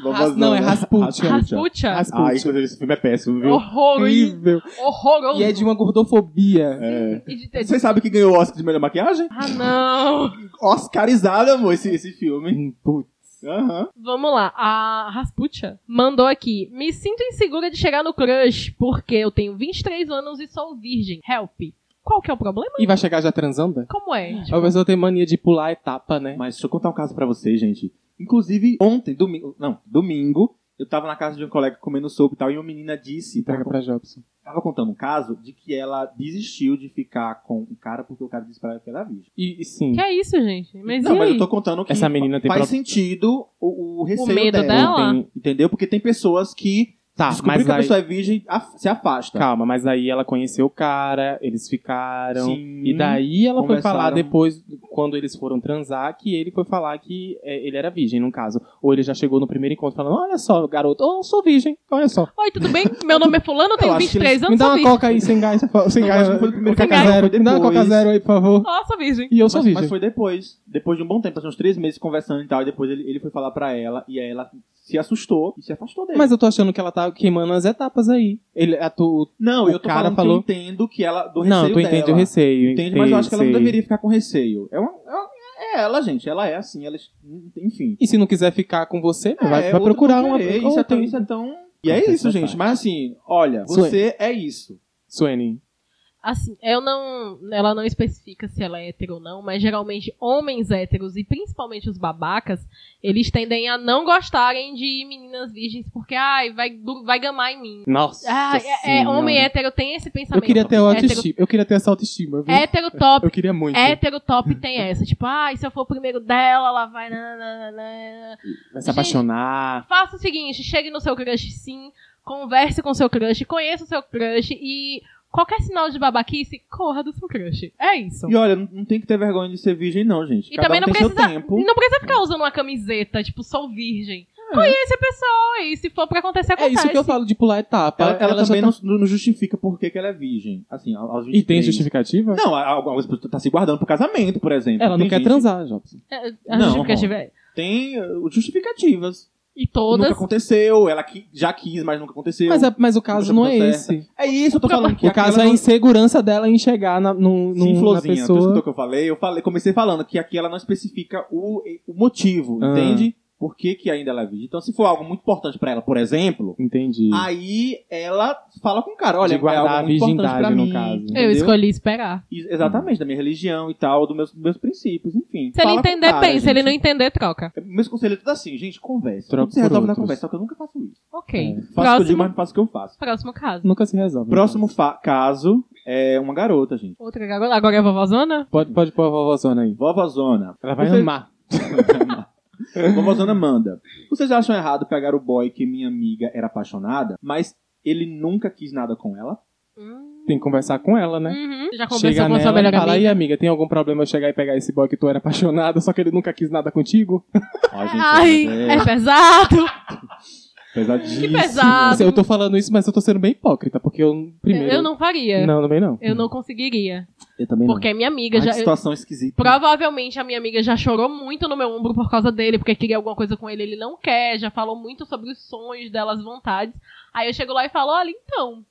Speaker 1: Vovózão,
Speaker 3: não, é
Speaker 1: né?
Speaker 3: Rasputin.
Speaker 2: Ah, Rasputia.
Speaker 3: Rasputin.
Speaker 1: Ah, inclusive, esse filme é péssimo, viu?
Speaker 2: Horror,
Speaker 3: Incrível.
Speaker 2: horroroso.
Speaker 3: E é de um- uma gordofobia.
Speaker 1: É.
Speaker 2: E de-
Speaker 1: Vocês sabem que ganhou o Oscar de melhor maquiagem?
Speaker 2: Ah, não.
Speaker 1: Oscarizado, amor, esse, esse filme.
Speaker 3: Hum, putz.
Speaker 1: Aham.
Speaker 2: Vamos lá. A Rasputia mandou aqui. Me sinto insegura de chegar no crush porque eu tenho 23 anos e sou virgem. Help. Qual que é o problema?
Speaker 3: E vai chegar já transando?
Speaker 2: Como é?
Speaker 3: A pessoa tem mania de pular a etapa, né?
Speaker 1: Mas deixa eu contar um caso pra vocês, gente. Inclusive, ontem, domingo. Não, domingo, eu tava na casa de um colega comendo sopa e tal, e uma menina disse.
Speaker 3: Entrega pra Jobson.
Speaker 1: Tava contando um caso de que ela desistiu de ficar com o cara porque o cara disse pra ela que era virgem.
Speaker 3: E, e sim.
Speaker 2: Que é isso, gente? Mas
Speaker 1: não,
Speaker 2: e
Speaker 1: mas
Speaker 2: aí?
Speaker 1: eu tô contando que
Speaker 3: Essa menina tem
Speaker 1: faz
Speaker 3: pro-
Speaker 1: sentido o, o receio
Speaker 2: medo
Speaker 1: dela.
Speaker 2: dela?
Speaker 1: Tem- entendeu? Porque tem pessoas que
Speaker 3: Tá,
Speaker 1: descobriram
Speaker 3: mas
Speaker 1: que a
Speaker 3: aí...
Speaker 1: pessoa é virgem af- se afasta.
Speaker 3: Calma, mas aí ela conheceu o cara, eles ficaram.
Speaker 1: Sim.
Speaker 3: E daí ela foi
Speaker 1: Conversaram.
Speaker 3: falar depois, quando eles foram transar, que ele foi falar que é, ele era virgem, no caso. Ou ele já chegou no primeiro encontro falando: Olha só, garoto, eu sou virgem, olha só.
Speaker 2: Oi, tudo bem? Meu nome é fulano, eu tenho
Speaker 1: Eu acho que
Speaker 2: 23
Speaker 3: Me
Speaker 2: anos,
Speaker 3: dá
Speaker 2: sou
Speaker 3: uma
Speaker 2: virgem.
Speaker 3: coca aí sem gás, por favor, sem
Speaker 1: Eu
Speaker 3: gás.
Speaker 1: acho que foi o primeiro
Speaker 3: coca
Speaker 1: que ela
Speaker 3: zero,
Speaker 1: foi
Speaker 3: me dá uma coca
Speaker 1: depois.
Speaker 3: zero aí, por favor.
Speaker 2: Ah, sou virgem.
Speaker 3: E eu sou
Speaker 1: Mas,
Speaker 3: virgem.
Speaker 1: mas foi depois. Depois de um bom tempo, assim, uns três meses conversando e tal. E depois ele, ele foi falar pra ela. E aí ela se assustou e se afastou dele.
Speaker 3: Mas eu tô achando que ela tá queimando as etapas aí. Ele, a tu...
Speaker 1: não,
Speaker 3: o
Speaker 1: eu tô
Speaker 3: cara
Speaker 1: falando
Speaker 3: falou-
Speaker 1: que eu entendo que ela. Do
Speaker 3: Não,
Speaker 1: receio
Speaker 3: tu entende
Speaker 1: dela.
Speaker 3: o receio.
Speaker 1: Entende, mas eu acho que ela não
Speaker 3: sei.
Speaker 1: deveria ficar com receio. É, uma- é uma- é ela, gente. Ela é assim. Ela, enfim.
Speaker 3: E se não quiser ficar com você, vai,
Speaker 1: É,
Speaker 3: vai
Speaker 1: outro
Speaker 3: procurar
Speaker 1: não
Speaker 3: uma.
Speaker 1: querer, Isso é tão. Isso é tão... E
Speaker 3: Acontece
Speaker 1: é isso,
Speaker 3: na
Speaker 1: gente.
Speaker 3: parte.
Speaker 1: Mas assim, olha,
Speaker 3: Suene.
Speaker 1: você é isso.
Speaker 3: Suene,
Speaker 2: Assim, eu não. Ela não especifica se ela é hétero ou não, mas geralmente homens héteros e principalmente os babacas, eles tendem a não gostarem de meninas virgens, porque, ai, vai, vai gamar em mim.
Speaker 3: Nossa.
Speaker 2: Ah, é, é, homem
Speaker 3: Senhora.
Speaker 2: hétero tem esse
Speaker 3: Eu
Speaker 2: pensamento.
Speaker 3: queria ter
Speaker 2: hétero,
Speaker 3: autoestima. Eu queria ter essa autoestima, viu?
Speaker 2: hétero top.
Speaker 3: Eu queria muito.
Speaker 2: Hétero top tem essa. Tipo, ai, se eu for o primeiro dela, ela vai. nananana.
Speaker 3: Vai se
Speaker 2: Gente.
Speaker 3: apaixonar.
Speaker 2: Faça o seguinte: chegue no seu crush sim, converse com seu crush, conheça o seu crush e qualquer sinal de babaquice, corra do seu crush. É
Speaker 3: Então.
Speaker 2: isso.
Speaker 1: E olha, não- não tem que ter vergonha de ser virgem, não, gente.
Speaker 2: E
Speaker 1: Cada
Speaker 2: também
Speaker 1: um
Speaker 2: não
Speaker 1: tem
Speaker 2: precisa,
Speaker 1: seu tempo.
Speaker 2: não precisa ficar usando uma camiseta, tipo, sou virgem. Conhece a pessoa e se for pra acontecer,
Speaker 3: É
Speaker 2: acontece.
Speaker 3: isso que eu falo de pular a etapa.
Speaker 1: Ela, ela
Speaker 3: já
Speaker 1: também
Speaker 3: tá-
Speaker 1: não, não justifica por que que ela é virgem. Assim, ao- aos
Speaker 3: E tem
Speaker 1: 23.
Speaker 3: justificativa?
Speaker 1: Não, a- algumas pessoas tá se guardando pro casamento, por exemplo.
Speaker 3: Ela não
Speaker 1: Tem
Speaker 3: quer
Speaker 1: gente-
Speaker 3: transar, Jobson.
Speaker 2: É, a
Speaker 1: Não,
Speaker 2: justificativa é-
Speaker 1: Tem uh, justificativas.
Speaker 2: E
Speaker 1: Nunca
Speaker 2: todas.
Speaker 1: aconteceu, ela qui- já quis, mas nunca aconteceu.
Speaker 3: Mas, a- mas o caso
Speaker 1: Nunca
Speaker 3: não é
Speaker 1: deu
Speaker 3: esse.
Speaker 1: É isso, eu tô
Speaker 2: Nunca-
Speaker 1: falando. Que
Speaker 3: O caso é a
Speaker 1: aquela não-
Speaker 3: insegurança dela em chegar na, num, num-
Speaker 1: Sim,
Speaker 3: na
Speaker 1: Flozinha, tu escutou
Speaker 3: pessoa.
Speaker 1: o que eu falei? Eu falei, comecei falando que aqui ela não especifica o, o motivo,
Speaker 3: Ah.
Speaker 1: entende? Por que, que ainda ela é virgem. Então, se for algo muito importante pra ela, por exemplo,
Speaker 3: Entendi.
Speaker 1: aí ela fala com o cara, olha,
Speaker 3: De guardar
Speaker 1: é algo
Speaker 3: a
Speaker 1: muito importante pra
Speaker 3: virgindade, no
Speaker 1: mim,
Speaker 3: caso.
Speaker 1: entendeu?
Speaker 2: Eu escolhi esperar.
Speaker 1: E- Exatamente, da minha religião e tal, dos meus, dos meus princípios, enfim.
Speaker 2: Se
Speaker 1: Fala
Speaker 2: ele
Speaker 1: com o
Speaker 2: entender,
Speaker 1: cara,
Speaker 2: bem. Se ele
Speaker 1: gente.
Speaker 2: não entender, troca.
Speaker 1: Meus conselhos é tudo assim, gente, conversa.
Speaker 3: Troca
Speaker 1: Tudo se
Speaker 3: por
Speaker 1: resolve na
Speaker 3: outros.
Speaker 1: conversa, só que eu nunca faço isso.
Speaker 2: Ok.
Speaker 1: Faço o que eu digo, mas
Speaker 2: Próximo,
Speaker 1: não faço o que eu faço.
Speaker 2: próximo caso.
Speaker 3: Nunca se resolve. então.
Speaker 1: Próximo fa- caso é uma garota, gente.
Speaker 2: Outra garota. Agora é a vovózona?
Speaker 3: Pode, pode pôr a vovózona aí.
Speaker 1: [laughs] Vovozona.
Speaker 3: Ela vai
Speaker 1: Você-
Speaker 3: amar.
Speaker 1: Vovózona manda. Vocês acham errado pegar o boy que minha amiga era apaixonada, mas ele nunca quis nada com ela?
Speaker 2: Hum.
Speaker 3: Tem que conversar com ela, né?
Speaker 2: Uhum. Já
Speaker 3: Chega
Speaker 2: conversou com
Speaker 3: nela
Speaker 2: sua
Speaker 3: e
Speaker 2: melhor
Speaker 3: fala,
Speaker 2: amiga?
Speaker 3: aí amiga, tem algum problema eu chegar e pegar esse boy que tu era apaixonada, só que ele nunca quis nada contigo?
Speaker 1: Ó,
Speaker 2: Ai,
Speaker 1: é,
Speaker 2: é pesado.
Speaker 1: pesadíssimo.
Speaker 2: Que pesado.
Speaker 3: Assim, Eu tô falando isso, mas eu tô sendo bem hipócrita, porque eu primeiro...
Speaker 2: Ah, Eu não faria.
Speaker 3: Não, também não.
Speaker 2: Eu não conseguiria.
Speaker 1: Eu também
Speaker 2: Porque a minha amiga
Speaker 1: não.
Speaker 2: já.
Speaker 1: Ai, que situação esquisita.
Speaker 2: Provavelmente a minha amiga já chorou muito no meu ombro por causa dele, porque queria alguma coisa com ele, ele não quer, já falou muito sobre os sonhos dela, as vontades. Aí eu chego lá e falo, olha, então,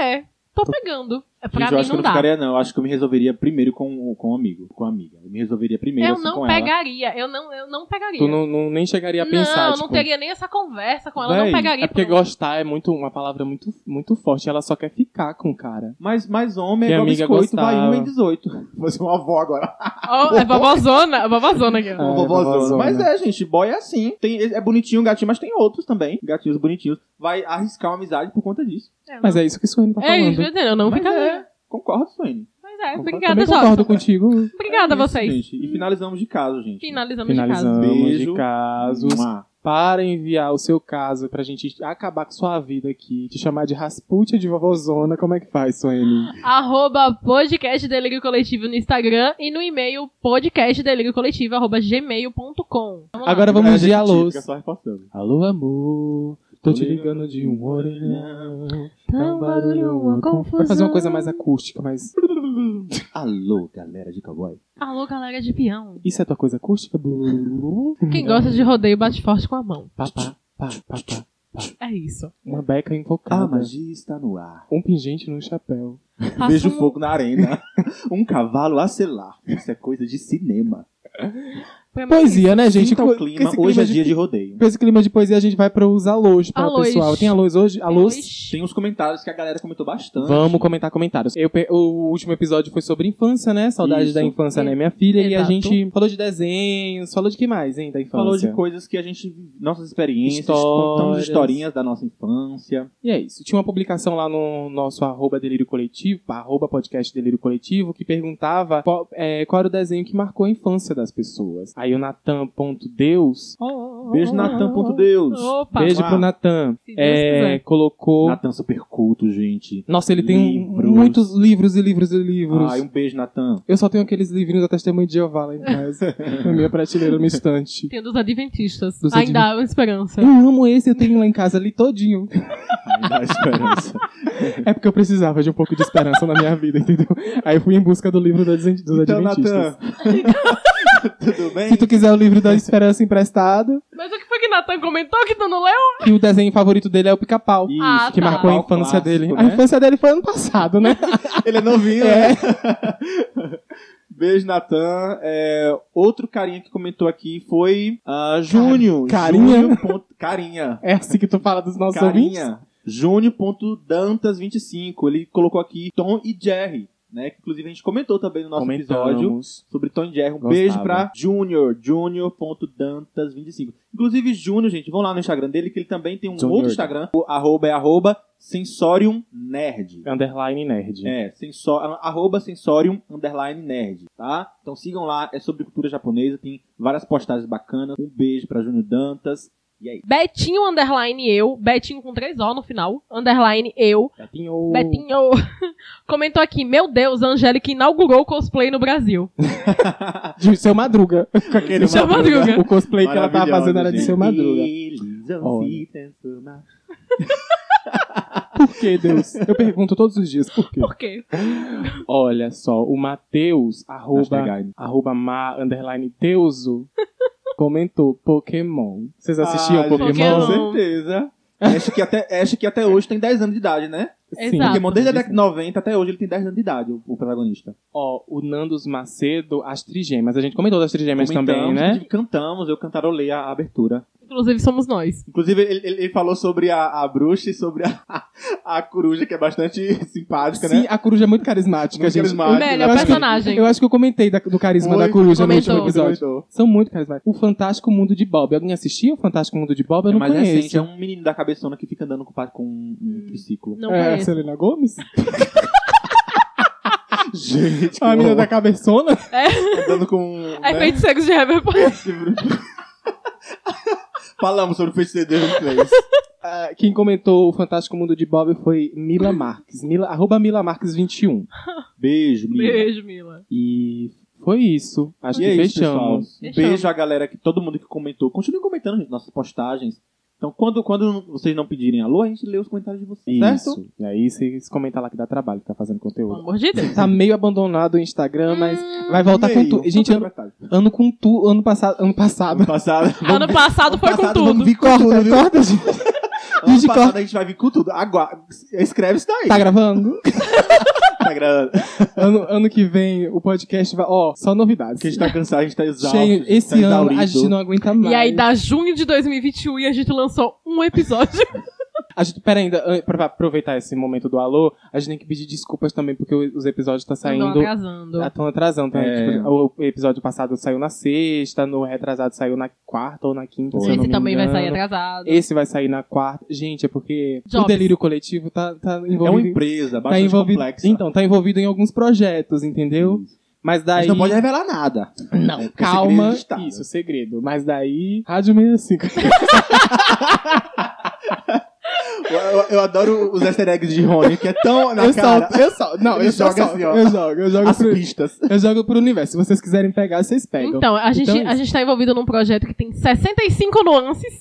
Speaker 2: é, Tô pegando. É, Pra
Speaker 1: Gente, eu
Speaker 2: mim
Speaker 1: acho que eu não
Speaker 2: não dá.
Speaker 1: ficaria, não. Eu acho que eu me resolveria primeiro com, com um amigo, com a amiga. Eu me resolveria primeiro
Speaker 2: eu
Speaker 1: assim,
Speaker 2: não
Speaker 1: com ela.
Speaker 2: pegaria. Eu não, eu não pegaria.
Speaker 3: Tu não, não- nem chegaria a
Speaker 2: não,
Speaker 3: pensar.
Speaker 2: eu não
Speaker 3: tipo,
Speaker 2: teria nem essa conversa com ela, eu
Speaker 3: véi,
Speaker 2: não pegaria.
Speaker 3: É porque
Speaker 2: por um-
Speaker 3: gostar é muito, uma palavra muito, muito forte. Ela só quer ficar com o cara.
Speaker 1: Mas, mas homem é
Speaker 3: Minha amiga
Speaker 1: igual biscoito, vai
Speaker 3: gostava.
Speaker 1: 1 em 18. [laughs] Vou ser uma avó agora.
Speaker 2: Ó, é babazona, é babazona aqui. ó.
Speaker 3: Ah,
Speaker 1: Uma
Speaker 3: é,
Speaker 1: vovózona.
Speaker 3: vovózona.
Speaker 1: Mas é, gente, boy é assim. Tem, é bonitinho o gatinho, mas tem outros também. Gatinhos bonitinhos. Vai arriscar uma amizade por conta disso.
Speaker 2: não.
Speaker 3: Mas é isso que o Suene tá
Speaker 2: É isso,
Speaker 3: falando.
Speaker 2: quer dizer, eu não
Speaker 1: mas
Speaker 2: ficaria.
Speaker 1: é, concordo, Suene.
Speaker 2: Mas é,
Speaker 3: Eu
Speaker 2: obrigada,
Speaker 3: também concordo
Speaker 2: Jorge.
Speaker 3: contigo.
Speaker 2: Obrigada a
Speaker 1: É isso,
Speaker 2: vocês.
Speaker 1: gente. E finalizamos de caso, gente.
Speaker 2: Finalizamos,
Speaker 3: Finalizamos
Speaker 1: casos.
Speaker 3: de
Speaker 1: Beijo.
Speaker 3: casos.
Speaker 1: Mua.
Speaker 3: Para enviar o seu caso pra gente acabar com sua vida aqui, te chamar de Rasputia de vovozona, como é que faz, Suene?
Speaker 2: de caso. Arroba podcast Delírio Coletivo no Instagram e no e-mail podcastdeliriocoletivo arroba gmail.com.
Speaker 3: Agora
Speaker 1: A
Speaker 3: vamos
Speaker 1: gente
Speaker 3: de alô.
Speaker 1: fica só reforçando.
Speaker 3: Alô, amor. Tô te ligando de um orelhão. Tá um barulho, uma confusão. Vai fazer uma coisa mais acústica, mas.
Speaker 1: Alô, galera de cowboy.
Speaker 2: Alô, galera de peão.
Speaker 3: Isso é tua coisa acústica? Blu-
Speaker 2: Quem gosta de rodeio bate forte com a mão.
Speaker 3: Pá, pá, pá, pá, pá.
Speaker 2: É isso.
Speaker 3: Uma beca
Speaker 1: A
Speaker 3: invocada.
Speaker 1: magia está no ar.
Speaker 3: Um pingente no chapéu.
Speaker 2: Faça
Speaker 1: Vejo
Speaker 2: um-
Speaker 1: fogo na arena. [laughs] um cavalo a selar. Isso é coisa de cinema.
Speaker 2: pra mim-
Speaker 3: Poesia, né, gente?
Speaker 1: Sinta
Speaker 3: Com-
Speaker 1: o
Speaker 3: com
Speaker 1: clima.
Speaker 3: esse
Speaker 1: Hoje é
Speaker 3: de-
Speaker 1: dia de rodeio.
Speaker 3: Com esse clima de poesia, a gente vai para os alôs para o
Speaker 2: Alôs.
Speaker 3: pessoal. Tem alôs hoje? Alôs?
Speaker 1: Tem uns comentários que a galera comentou bastante.
Speaker 3: Vamos comentar comentários. Eu pe- o último episódio foi sobre infância, né? Saudade
Speaker 1: Isso.
Speaker 3: da infância,
Speaker 2: É.
Speaker 3: né? Minha filha. E a
Speaker 2: Exato.
Speaker 3: gente falou de desenhos, falou de que mais, hein? Da infância.
Speaker 1: Falou de coisas que a gente. Nossas experiências.
Speaker 3: Histórias.
Speaker 1: Contamos historinhas da nossa infância.
Speaker 3: E é isso. Tinha uma publicação lá no nosso arroba delírio coletivo, arroba podcast delírio coletivo, que perguntava qual, é, qual era o desenho que marcou a infância das pessoas. Aí o Natan.deus.
Speaker 2: Oh.
Speaker 1: Beijo, Natan.deus.
Speaker 2: Opa.
Speaker 3: Beijo pro Natan.
Speaker 2: Se Deus
Speaker 3: É,
Speaker 2: quiser.
Speaker 3: colocou.
Speaker 1: Natan super culto, gente.
Speaker 3: Nossa, ele tem um-
Speaker 1: Livros.
Speaker 3: muitos livros e livros e livros.
Speaker 1: Ai, um beijo, Natan.
Speaker 3: Eu só tenho aqueles livrinhos da Testemunha de Jeová lá em
Speaker 1: [laughs]
Speaker 3: casa, na minha prateleira, no estante.
Speaker 2: Tem dos adventistas.
Speaker 3: Dos
Speaker 2: Ainda há uma esperança.
Speaker 3: Eu amo esse, eu tenho lá em casa, li todinho.
Speaker 1: Ai, dá esperança.
Speaker 3: É porque eu precisava de um pouco de esperança na minha vida, [laughs] entendeu? Aí eu fui em busca do livro dos, adven- [laughs] dos
Speaker 1: então,
Speaker 3: Adventistas.
Speaker 1: Natan. [laughs] Tudo bem?
Speaker 3: Se tu quiser o livro da esperança emprestado,
Speaker 2: Mas o que foi que Natan comentou que tu não leu?
Speaker 3: que o desenho favorito dele é o pica-pau. é um
Speaker 1: Isso,
Speaker 2: Ah,
Speaker 3: Que
Speaker 2: tá.
Speaker 3: marcou a
Speaker 1: Pica-Pau
Speaker 3: infância
Speaker 1: clássico,
Speaker 3: dele. A
Speaker 1: né?
Speaker 3: infância dele foi ano passado, né?
Speaker 1: Ele é novinho,
Speaker 3: É.
Speaker 1: né? [laughs] Beijo, Natan. É, outro carinha que comentou aqui foi ah, Júnior.
Speaker 3: Carinha?
Speaker 1: Júnior ponto- Carinha.
Speaker 3: É assim que tu fala dos nossos ouvintes.
Speaker 1: Carinha. Júnior.dantas25. Ele colocou aqui Tom e Jerry, né? Que inclusive a gente comentou também no nosso episódio
Speaker 3: Comentamos.
Speaker 1: sobre Tom e Jerry. Um
Speaker 3: Gostava.
Speaker 1: beijo pra Júnior. Júnior.dantas25. Inclusive, Júnior, gente, vão lá no Instagram dele, que ele também tem um
Speaker 3: Júnior.
Speaker 1: outro Instagram. O arroba é arroba Sensorium Nerd.
Speaker 3: Underline nerd.
Speaker 1: É, sensor, arroba sensorium underline nerd, tá? Então sigam lá, é sobre cultura japonesa, tem várias postagens bacanas. Um beijo pra Júnior Dantas.
Speaker 2: Betinho underline eu, Betinho com três O no final, underline eu,
Speaker 3: Betinho.
Speaker 2: Betinho [laughs] comentou aqui, meu Deus, a Angélica inaugurou o cosplay no Brasil.
Speaker 3: Ah, De seu Madruga. Com aquele
Speaker 2: Seu Madruga.
Speaker 3: O cosplay que ela tava fazendo era de seu Madruga.
Speaker 1: Eles vão
Speaker 3: Olha.
Speaker 1: se transformar.
Speaker 3: Por que, Deus? Eu pergunto todos os dias por quê.
Speaker 2: Por quê?
Speaker 3: Olha só, o Matheus, arroba,
Speaker 1: Hashtag.
Speaker 3: arroba ma, underline teuso, comentou Pokémon. Vocês assistiam
Speaker 1: Ah, gente,
Speaker 3: Pokémon?
Speaker 2: Pokémon.
Speaker 1: Com certeza. Acho que, até, acho que até hoje tem 10 anos de idade, né?
Speaker 3: Ah,
Speaker 2: Exato.
Speaker 1: Pokémon desde a década de 90 até hoje ele tem 10 anos de idade, o, o protagonista.
Speaker 3: Ó, o Nandos Macedo, as trigêmeas. A gente comentou das trigêmeas também,
Speaker 1: Comentamos,
Speaker 3: né?
Speaker 1: inclusive, Cantamos, eu cantarolei a abertura.
Speaker 2: Inclusive somos nós.
Speaker 1: Inclusive, ele, ele- ele falou sobre a, a bruxa e sobre a, [laughs] a coruja, que é bastante [laughs] simpática,
Speaker 3: Sim,
Speaker 1: né?
Speaker 3: a coruja é muito carismática,
Speaker 1: Muito
Speaker 3: gente.
Speaker 1: carismática. Ah,
Speaker 2: Melhor
Speaker 3: eu acho que-
Speaker 2: personagem.
Speaker 3: Eu acho que eu comentei da- do carisma
Speaker 1: Foi,
Speaker 3: da coruja no
Speaker 2: comentou.
Speaker 3: último episódio. São muito carismáticos. O Fantástico Mundo de Bob. Alguém assistia o Fantástico Mundo de Bob? Eu
Speaker 1: É
Speaker 3: não
Speaker 1: mais
Speaker 3: conheço.
Speaker 1: recente, é um menino da cabeçona que fica andando com, pa- com um um triciclo.
Speaker 2: Não
Speaker 3: é a
Speaker 2: conheço.
Speaker 3: Selena
Speaker 1: [laughs]
Speaker 3: Gomes?
Speaker 1: Gente,
Speaker 3: Ah, A menina da cabeçona?
Speaker 1: andando com. um,
Speaker 2: É
Speaker 1: né?
Speaker 2: feiticeiros de Heaven
Speaker 1: [laughs] Falamos sobre o feiticeiro do Place.
Speaker 3: Ah, Quem comentou o Fantástico Mundo de Bob foi Mila Marques. Mila, arroba Mila Marques 21.
Speaker 1: Beijo, menino.
Speaker 2: Beijo, Mila.
Speaker 3: E foi isso. Acho
Speaker 1: E
Speaker 3: que
Speaker 1: é isso, pessoal.
Speaker 3: fechamos.
Speaker 1: Um
Speaker 2: Fechamos.
Speaker 1: beijo à galera, que todo mundo que comentou. Continue comentando, gente, nossas postagens. Então, quando, quando vocês não pedirem alô, a gente lê os comentários de vocês, certo?
Speaker 3: Isso. E aí vocês comentam lá que dá trabalho, que tá fazendo
Speaker 2: Pelo
Speaker 3: conteúdo.
Speaker 2: amor de Deus.
Speaker 3: Tá meio abandonado o Instagram, mas
Speaker 2: Ah.
Speaker 3: vai voltar
Speaker 1: Meio.
Speaker 3: com tudo. Gente, ano,
Speaker 1: Passado.
Speaker 3: ano com tudo. Ano passado. Ano passado.
Speaker 1: [laughs] Passado.
Speaker 3: [laughs]
Speaker 2: Ano passado foi com
Speaker 1: Passado,
Speaker 2: tudo.
Speaker 1: vamos vir com
Speaker 3: Corta,
Speaker 1: tudo, viu?
Speaker 3: corta, gente.
Speaker 1: Ano
Speaker 3: de
Speaker 1: passado
Speaker 3: corte.
Speaker 1: a gente vai vir com tudo. Agua... Escreve isso daí.
Speaker 3: Tá gravando?
Speaker 1: Tá
Speaker 3: [laughs]
Speaker 1: gravando.
Speaker 3: ano, ano que vem o podcast vai. Ó, só novidades.
Speaker 1: Porque a gente tá cansado, a gente tá exausto. a
Speaker 3: Cheio,
Speaker 1: gente tá
Speaker 3: esse ano a
Speaker 1: exaurido.
Speaker 3: gente não aguenta mais.
Speaker 2: E aí, da junho de 2021, e a gente lançou um episódio.
Speaker 3: A gente, pera ainda, an- pra aproveitar esse momento do alô, a gente tem que pedir desculpas também, porque o- os episódios estão
Speaker 2: Não
Speaker 3: saindo.
Speaker 2: atrasando.
Speaker 3: Estão atrasando. Então,
Speaker 1: É.
Speaker 3: tipo, o episódio passado saiu na sexta, no retrasado saiu na quarta ou na quinta.
Speaker 1: Foi.
Speaker 3: se eu não
Speaker 2: Esse
Speaker 3: me
Speaker 2: também vai sair
Speaker 3: engano.
Speaker 2: atrasado.
Speaker 3: Esse vai sair na quarta. Gente, é porque o
Speaker 2: Jobs.
Speaker 3: delírio coletivo tá, tá
Speaker 1: É uma
Speaker 3: envolvido. em-
Speaker 1: empresa
Speaker 3: tá
Speaker 1: bastante
Speaker 3: envolvido,
Speaker 1: complexa.
Speaker 3: então, tá envolvido em alguns projetos, entendeu? Mas
Speaker 1: A
Speaker 3: daí.
Speaker 1: gente não pode é revelar nada. Não.
Speaker 3: Calma, isso, segredo. Mas daí,
Speaker 1: [laughs]
Speaker 3: Rádio 65.
Speaker 1: Eu, eu- eu adoro os easter eggs de Rony, que é tão na
Speaker 3: eu
Speaker 1: cara.
Speaker 3: solto, eu solto. Não,
Speaker 1: Ele
Speaker 3: eu só
Speaker 1: joga
Speaker 3: solto.
Speaker 1: assim, ó.
Speaker 3: Eu jogo, eu jogo,
Speaker 1: As
Speaker 3: pro,
Speaker 1: pistas.
Speaker 3: eu jogo pro universo. Se vocês quiserem pegar, vocês pegam.
Speaker 2: Então, a gente,
Speaker 3: Então é isso.
Speaker 2: a gente tá envolvido num projeto que tem 65 nuances.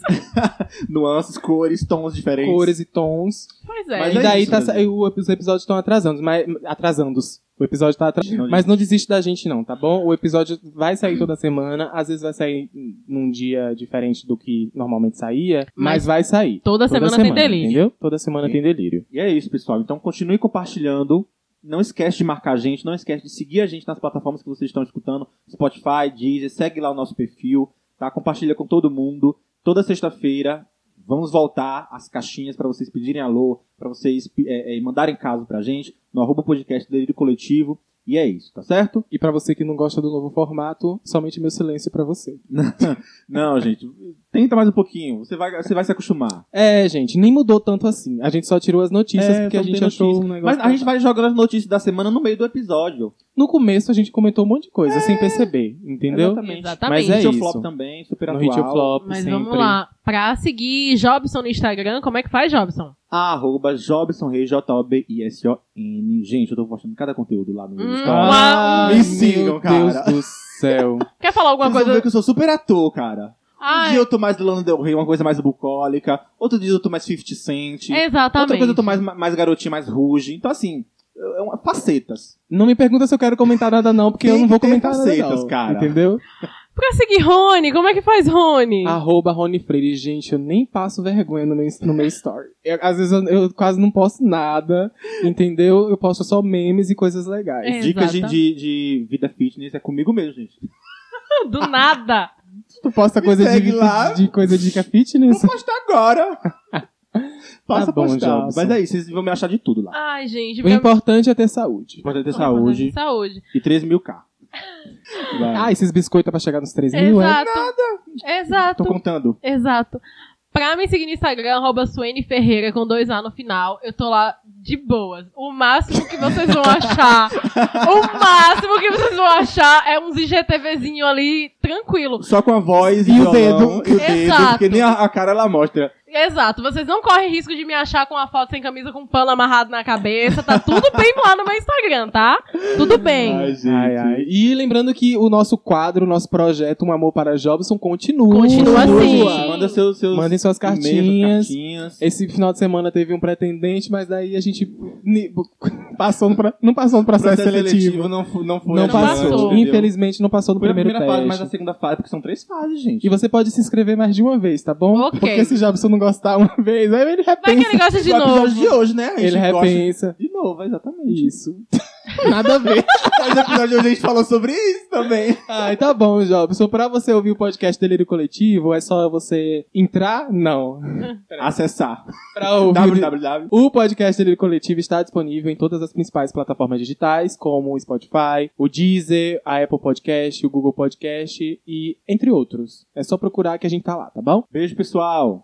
Speaker 1: Nuances, cores, tons diferentes.
Speaker 3: Cores e tons.
Speaker 2: Pois é.
Speaker 1: Mas
Speaker 3: e
Speaker 1: é
Speaker 3: daí
Speaker 1: isso
Speaker 3: tá,
Speaker 1: mesmo.
Speaker 3: sa- o- os episódios estão atrasando, mas atrasando. O episódio tá atrasando. Mas não desiste da gente, não, tá bom? O episódio vai sair toda semana, às vezes vai sair num dia diferente do que normalmente saía, mas
Speaker 2: Mas
Speaker 3: vai sair.
Speaker 2: Toda,
Speaker 3: Toda
Speaker 2: semana, tem delírio.
Speaker 3: Entendeu? Toda semana tem delírio.
Speaker 1: E é isso, pessoal. Então continue compartilhando. Não esquece de marcar a gente, não esquece de seguir a gente nas plataformas que vocês estão escutando, Spotify, Deezer, segue lá o nosso perfil, tá? Compartilha com todo mundo. Toda sexta-feira vamos voltar as caixinhas para vocês pedirem alô, para vocês é, é, mandarem caso pra gente no arroba podcast Delírio Coletivo. E é isso, tá certo?
Speaker 3: E pra você que não gosta do novo formato, somente meu silêncio pra você.
Speaker 1: [laughs] Não, gente, tenta mais um pouquinho, você vai, você vai se acostumar.
Speaker 3: É, gente, nem mudou tanto assim. A gente só tirou as notícias
Speaker 1: É,
Speaker 3: porque a
Speaker 1: só
Speaker 3: gente
Speaker 1: tem
Speaker 3: achou
Speaker 1: notícia.
Speaker 3: um negócio.
Speaker 1: Mas a gente
Speaker 3: legal.
Speaker 1: vai jogando as notícias da semana no meio do episódio.
Speaker 3: No começo a gente comentou um monte de coisa sem perceber, entendeu?
Speaker 1: Exatamente.
Speaker 2: Exatamente.
Speaker 3: Mas é
Speaker 1: Hit or
Speaker 3: isso.
Speaker 1: Flop também, super
Speaker 3: No
Speaker 1: atual.
Speaker 3: Hit or Flop,
Speaker 2: Mas
Speaker 3: sempre.
Speaker 2: vamos lá. Pra seguir Jobson no Instagram, como é que faz, Jobson?
Speaker 1: arroba Jobson Reis, J-O-B-I-S-O-N. Gente, eu tô postando cada conteúdo lá no
Speaker 2: Hum.
Speaker 1: Instagram.
Speaker 3: Ah,
Speaker 1: Me
Speaker 3: meu
Speaker 1: sigam, cara.
Speaker 3: Deus do [laughs] céu.
Speaker 2: Quer falar alguma
Speaker 1: Vocês vão ver
Speaker 2: coisa?
Speaker 1: que eu sou super ator, cara. Um
Speaker 2: Ah,
Speaker 1: dia eu tô mais Lana Del Rey, uma coisa mais bucólica. Outro dia eu tô mais 50 Cent.
Speaker 2: exatamente.
Speaker 1: Outra coisa eu tô mais, mais garotinho, mais ruge. Então, assim, é uma- facetas.
Speaker 3: Não me pergunta se eu quero comentar nada não, porque
Speaker 1: Tem
Speaker 3: eu não
Speaker 1: que
Speaker 3: vou
Speaker 1: ter
Speaker 3: comentar nada
Speaker 1: facetas,
Speaker 3: não,
Speaker 1: cara.
Speaker 3: entendeu?
Speaker 2: Pra seguir Rony, como é que faz Rony?
Speaker 1: Ah.
Speaker 3: Arroba Rony Freire. Gente, eu nem passo vergonha no meu, no meu story. Eu- às vezes eu, eu quase não posto nada, entendeu? Eu posto só memes e coisas legais.
Speaker 2: É.
Speaker 1: Dicas de,
Speaker 2: Exata.
Speaker 1: de, de vida fitness é comigo mesmo, gente.
Speaker 2: [laughs] Do nada.
Speaker 3: Tu posta
Speaker 1: Me
Speaker 3: coisa
Speaker 1: segue
Speaker 3: de,
Speaker 1: lá.
Speaker 3: de coisa de dica
Speaker 2: [laughs]
Speaker 3: fitness?
Speaker 1: Vou postar agora. Passa
Speaker 3: Tá bom,
Speaker 1: a postar.
Speaker 3: Jobson.
Speaker 1: Mas é isso, vocês vão me achar de tudo lá.
Speaker 2: Ai, gente.
Speaker 3: O importante é ter saúde.
Speaker 1: Importante ter saúde
Speaker 2: Saúde.
Speaker 1: e 3 mil K. Vai.
Speaker 3: Ah, esses biscoitos é pra chegar nos 3 mil, é?
Speaker 2: Exato. Exato.
Speaker 1: Tô contando.
Speaker 2: Exato. Pra me seguir no Instagram, arroba Suene Ferreira com dois A no final, eu tô lá de boas. O máximo que vocês vão
Speaker 1: [laughs]
Speaker 2: achar. o máximo que vocês vão achar é uns IGTVzinho ali, tranquilo.
Speaker 1: Só com a voz e,
Speaker 3: E o
Speaker 1: violão,
Speaker 3: dedo.
Speaker 1: E o dedo,
Speaker 2: Exato.
Speaker 1: porque nem a, a cara ela mostra.
Speaker 2: Exato, vocês não correm risco de me achar com a foto sem camisa com um pano amarrado na cabeça. Tá tudo bem lá no meu Instagram, tá? Tudo bem.
Speaker 1: gente.
Speaker 3: Ai, ai. E lembrando que o nosso quadro, o nosso projeto Um Amor para Jobson continua.
Speaker 2: Continua assim.
Speaker 1: Manda seus, seus
Speaker 3: Mandem suas
Speaker 1: e-mails,
Speaker 3: cartinhas.
Speaker 1: cartinhas.
Speaker 3: Esse final de semana teve um pretendente, mas daí a gente ni- passou no pra- não passou no processo, seletivo.
Speaker 1: não, fu- não foi.
Speaker 3: Não,
Speaker 2: Não
Speaker 1: adiante,
Speaker 3: passou.
Speaker 2: passou.
Speaker 1: entendeu?
Speaker 3: Infelizmente não passou no
Speaker 1: Foi a
Speaker 3: primeiro
Speaker 1: primeira fase, mas assim,
Speaker 3: teste.
Speaker 1: a segunda fase, porque são três fases, gente.
Speaker 3: E você pode se inscrever mais de uma vez, tá bom?
Speaker 2: Ok.
Speaker 3: Porque se Jobson não gostar uma [laughs] vez, aí ele
Speaker 2: Vai que
Speaker 3: repensa.
Speaker 2: ele gosta de
Speaker 1: O episódio
Speaker 2: novo.
Speaker 1: de hoje, né? A gente
Speaker 3: Ele
Speaker 1: gosta
Speaker 3: repensa.
Speaker 1: de novo, exatamente.
Speaker 3: Isso. [laughs] Nada a ver.
Speaker 1: Mas o episódio de hoje a gente falou sobre isso também.
Speaker 3: Ai, tá bom, Jobson. Pra você ouvir o podcast Delírio Coletivo, é só você entrar? Não.
Speaker 1: Acessar.
Speaker 3: Pra ouvir. o-
Speaker 1: www.
Speaker 3: O podcast Delírio Coletivo está disponível em todas as principais plataformas digitais, como o Spotify, o Deezer, a Apple Podcast, o Google Podcast e entre outros. É só procurar que a gente tá lá, tá bom?
Speaker 1: Beijo, pessoal.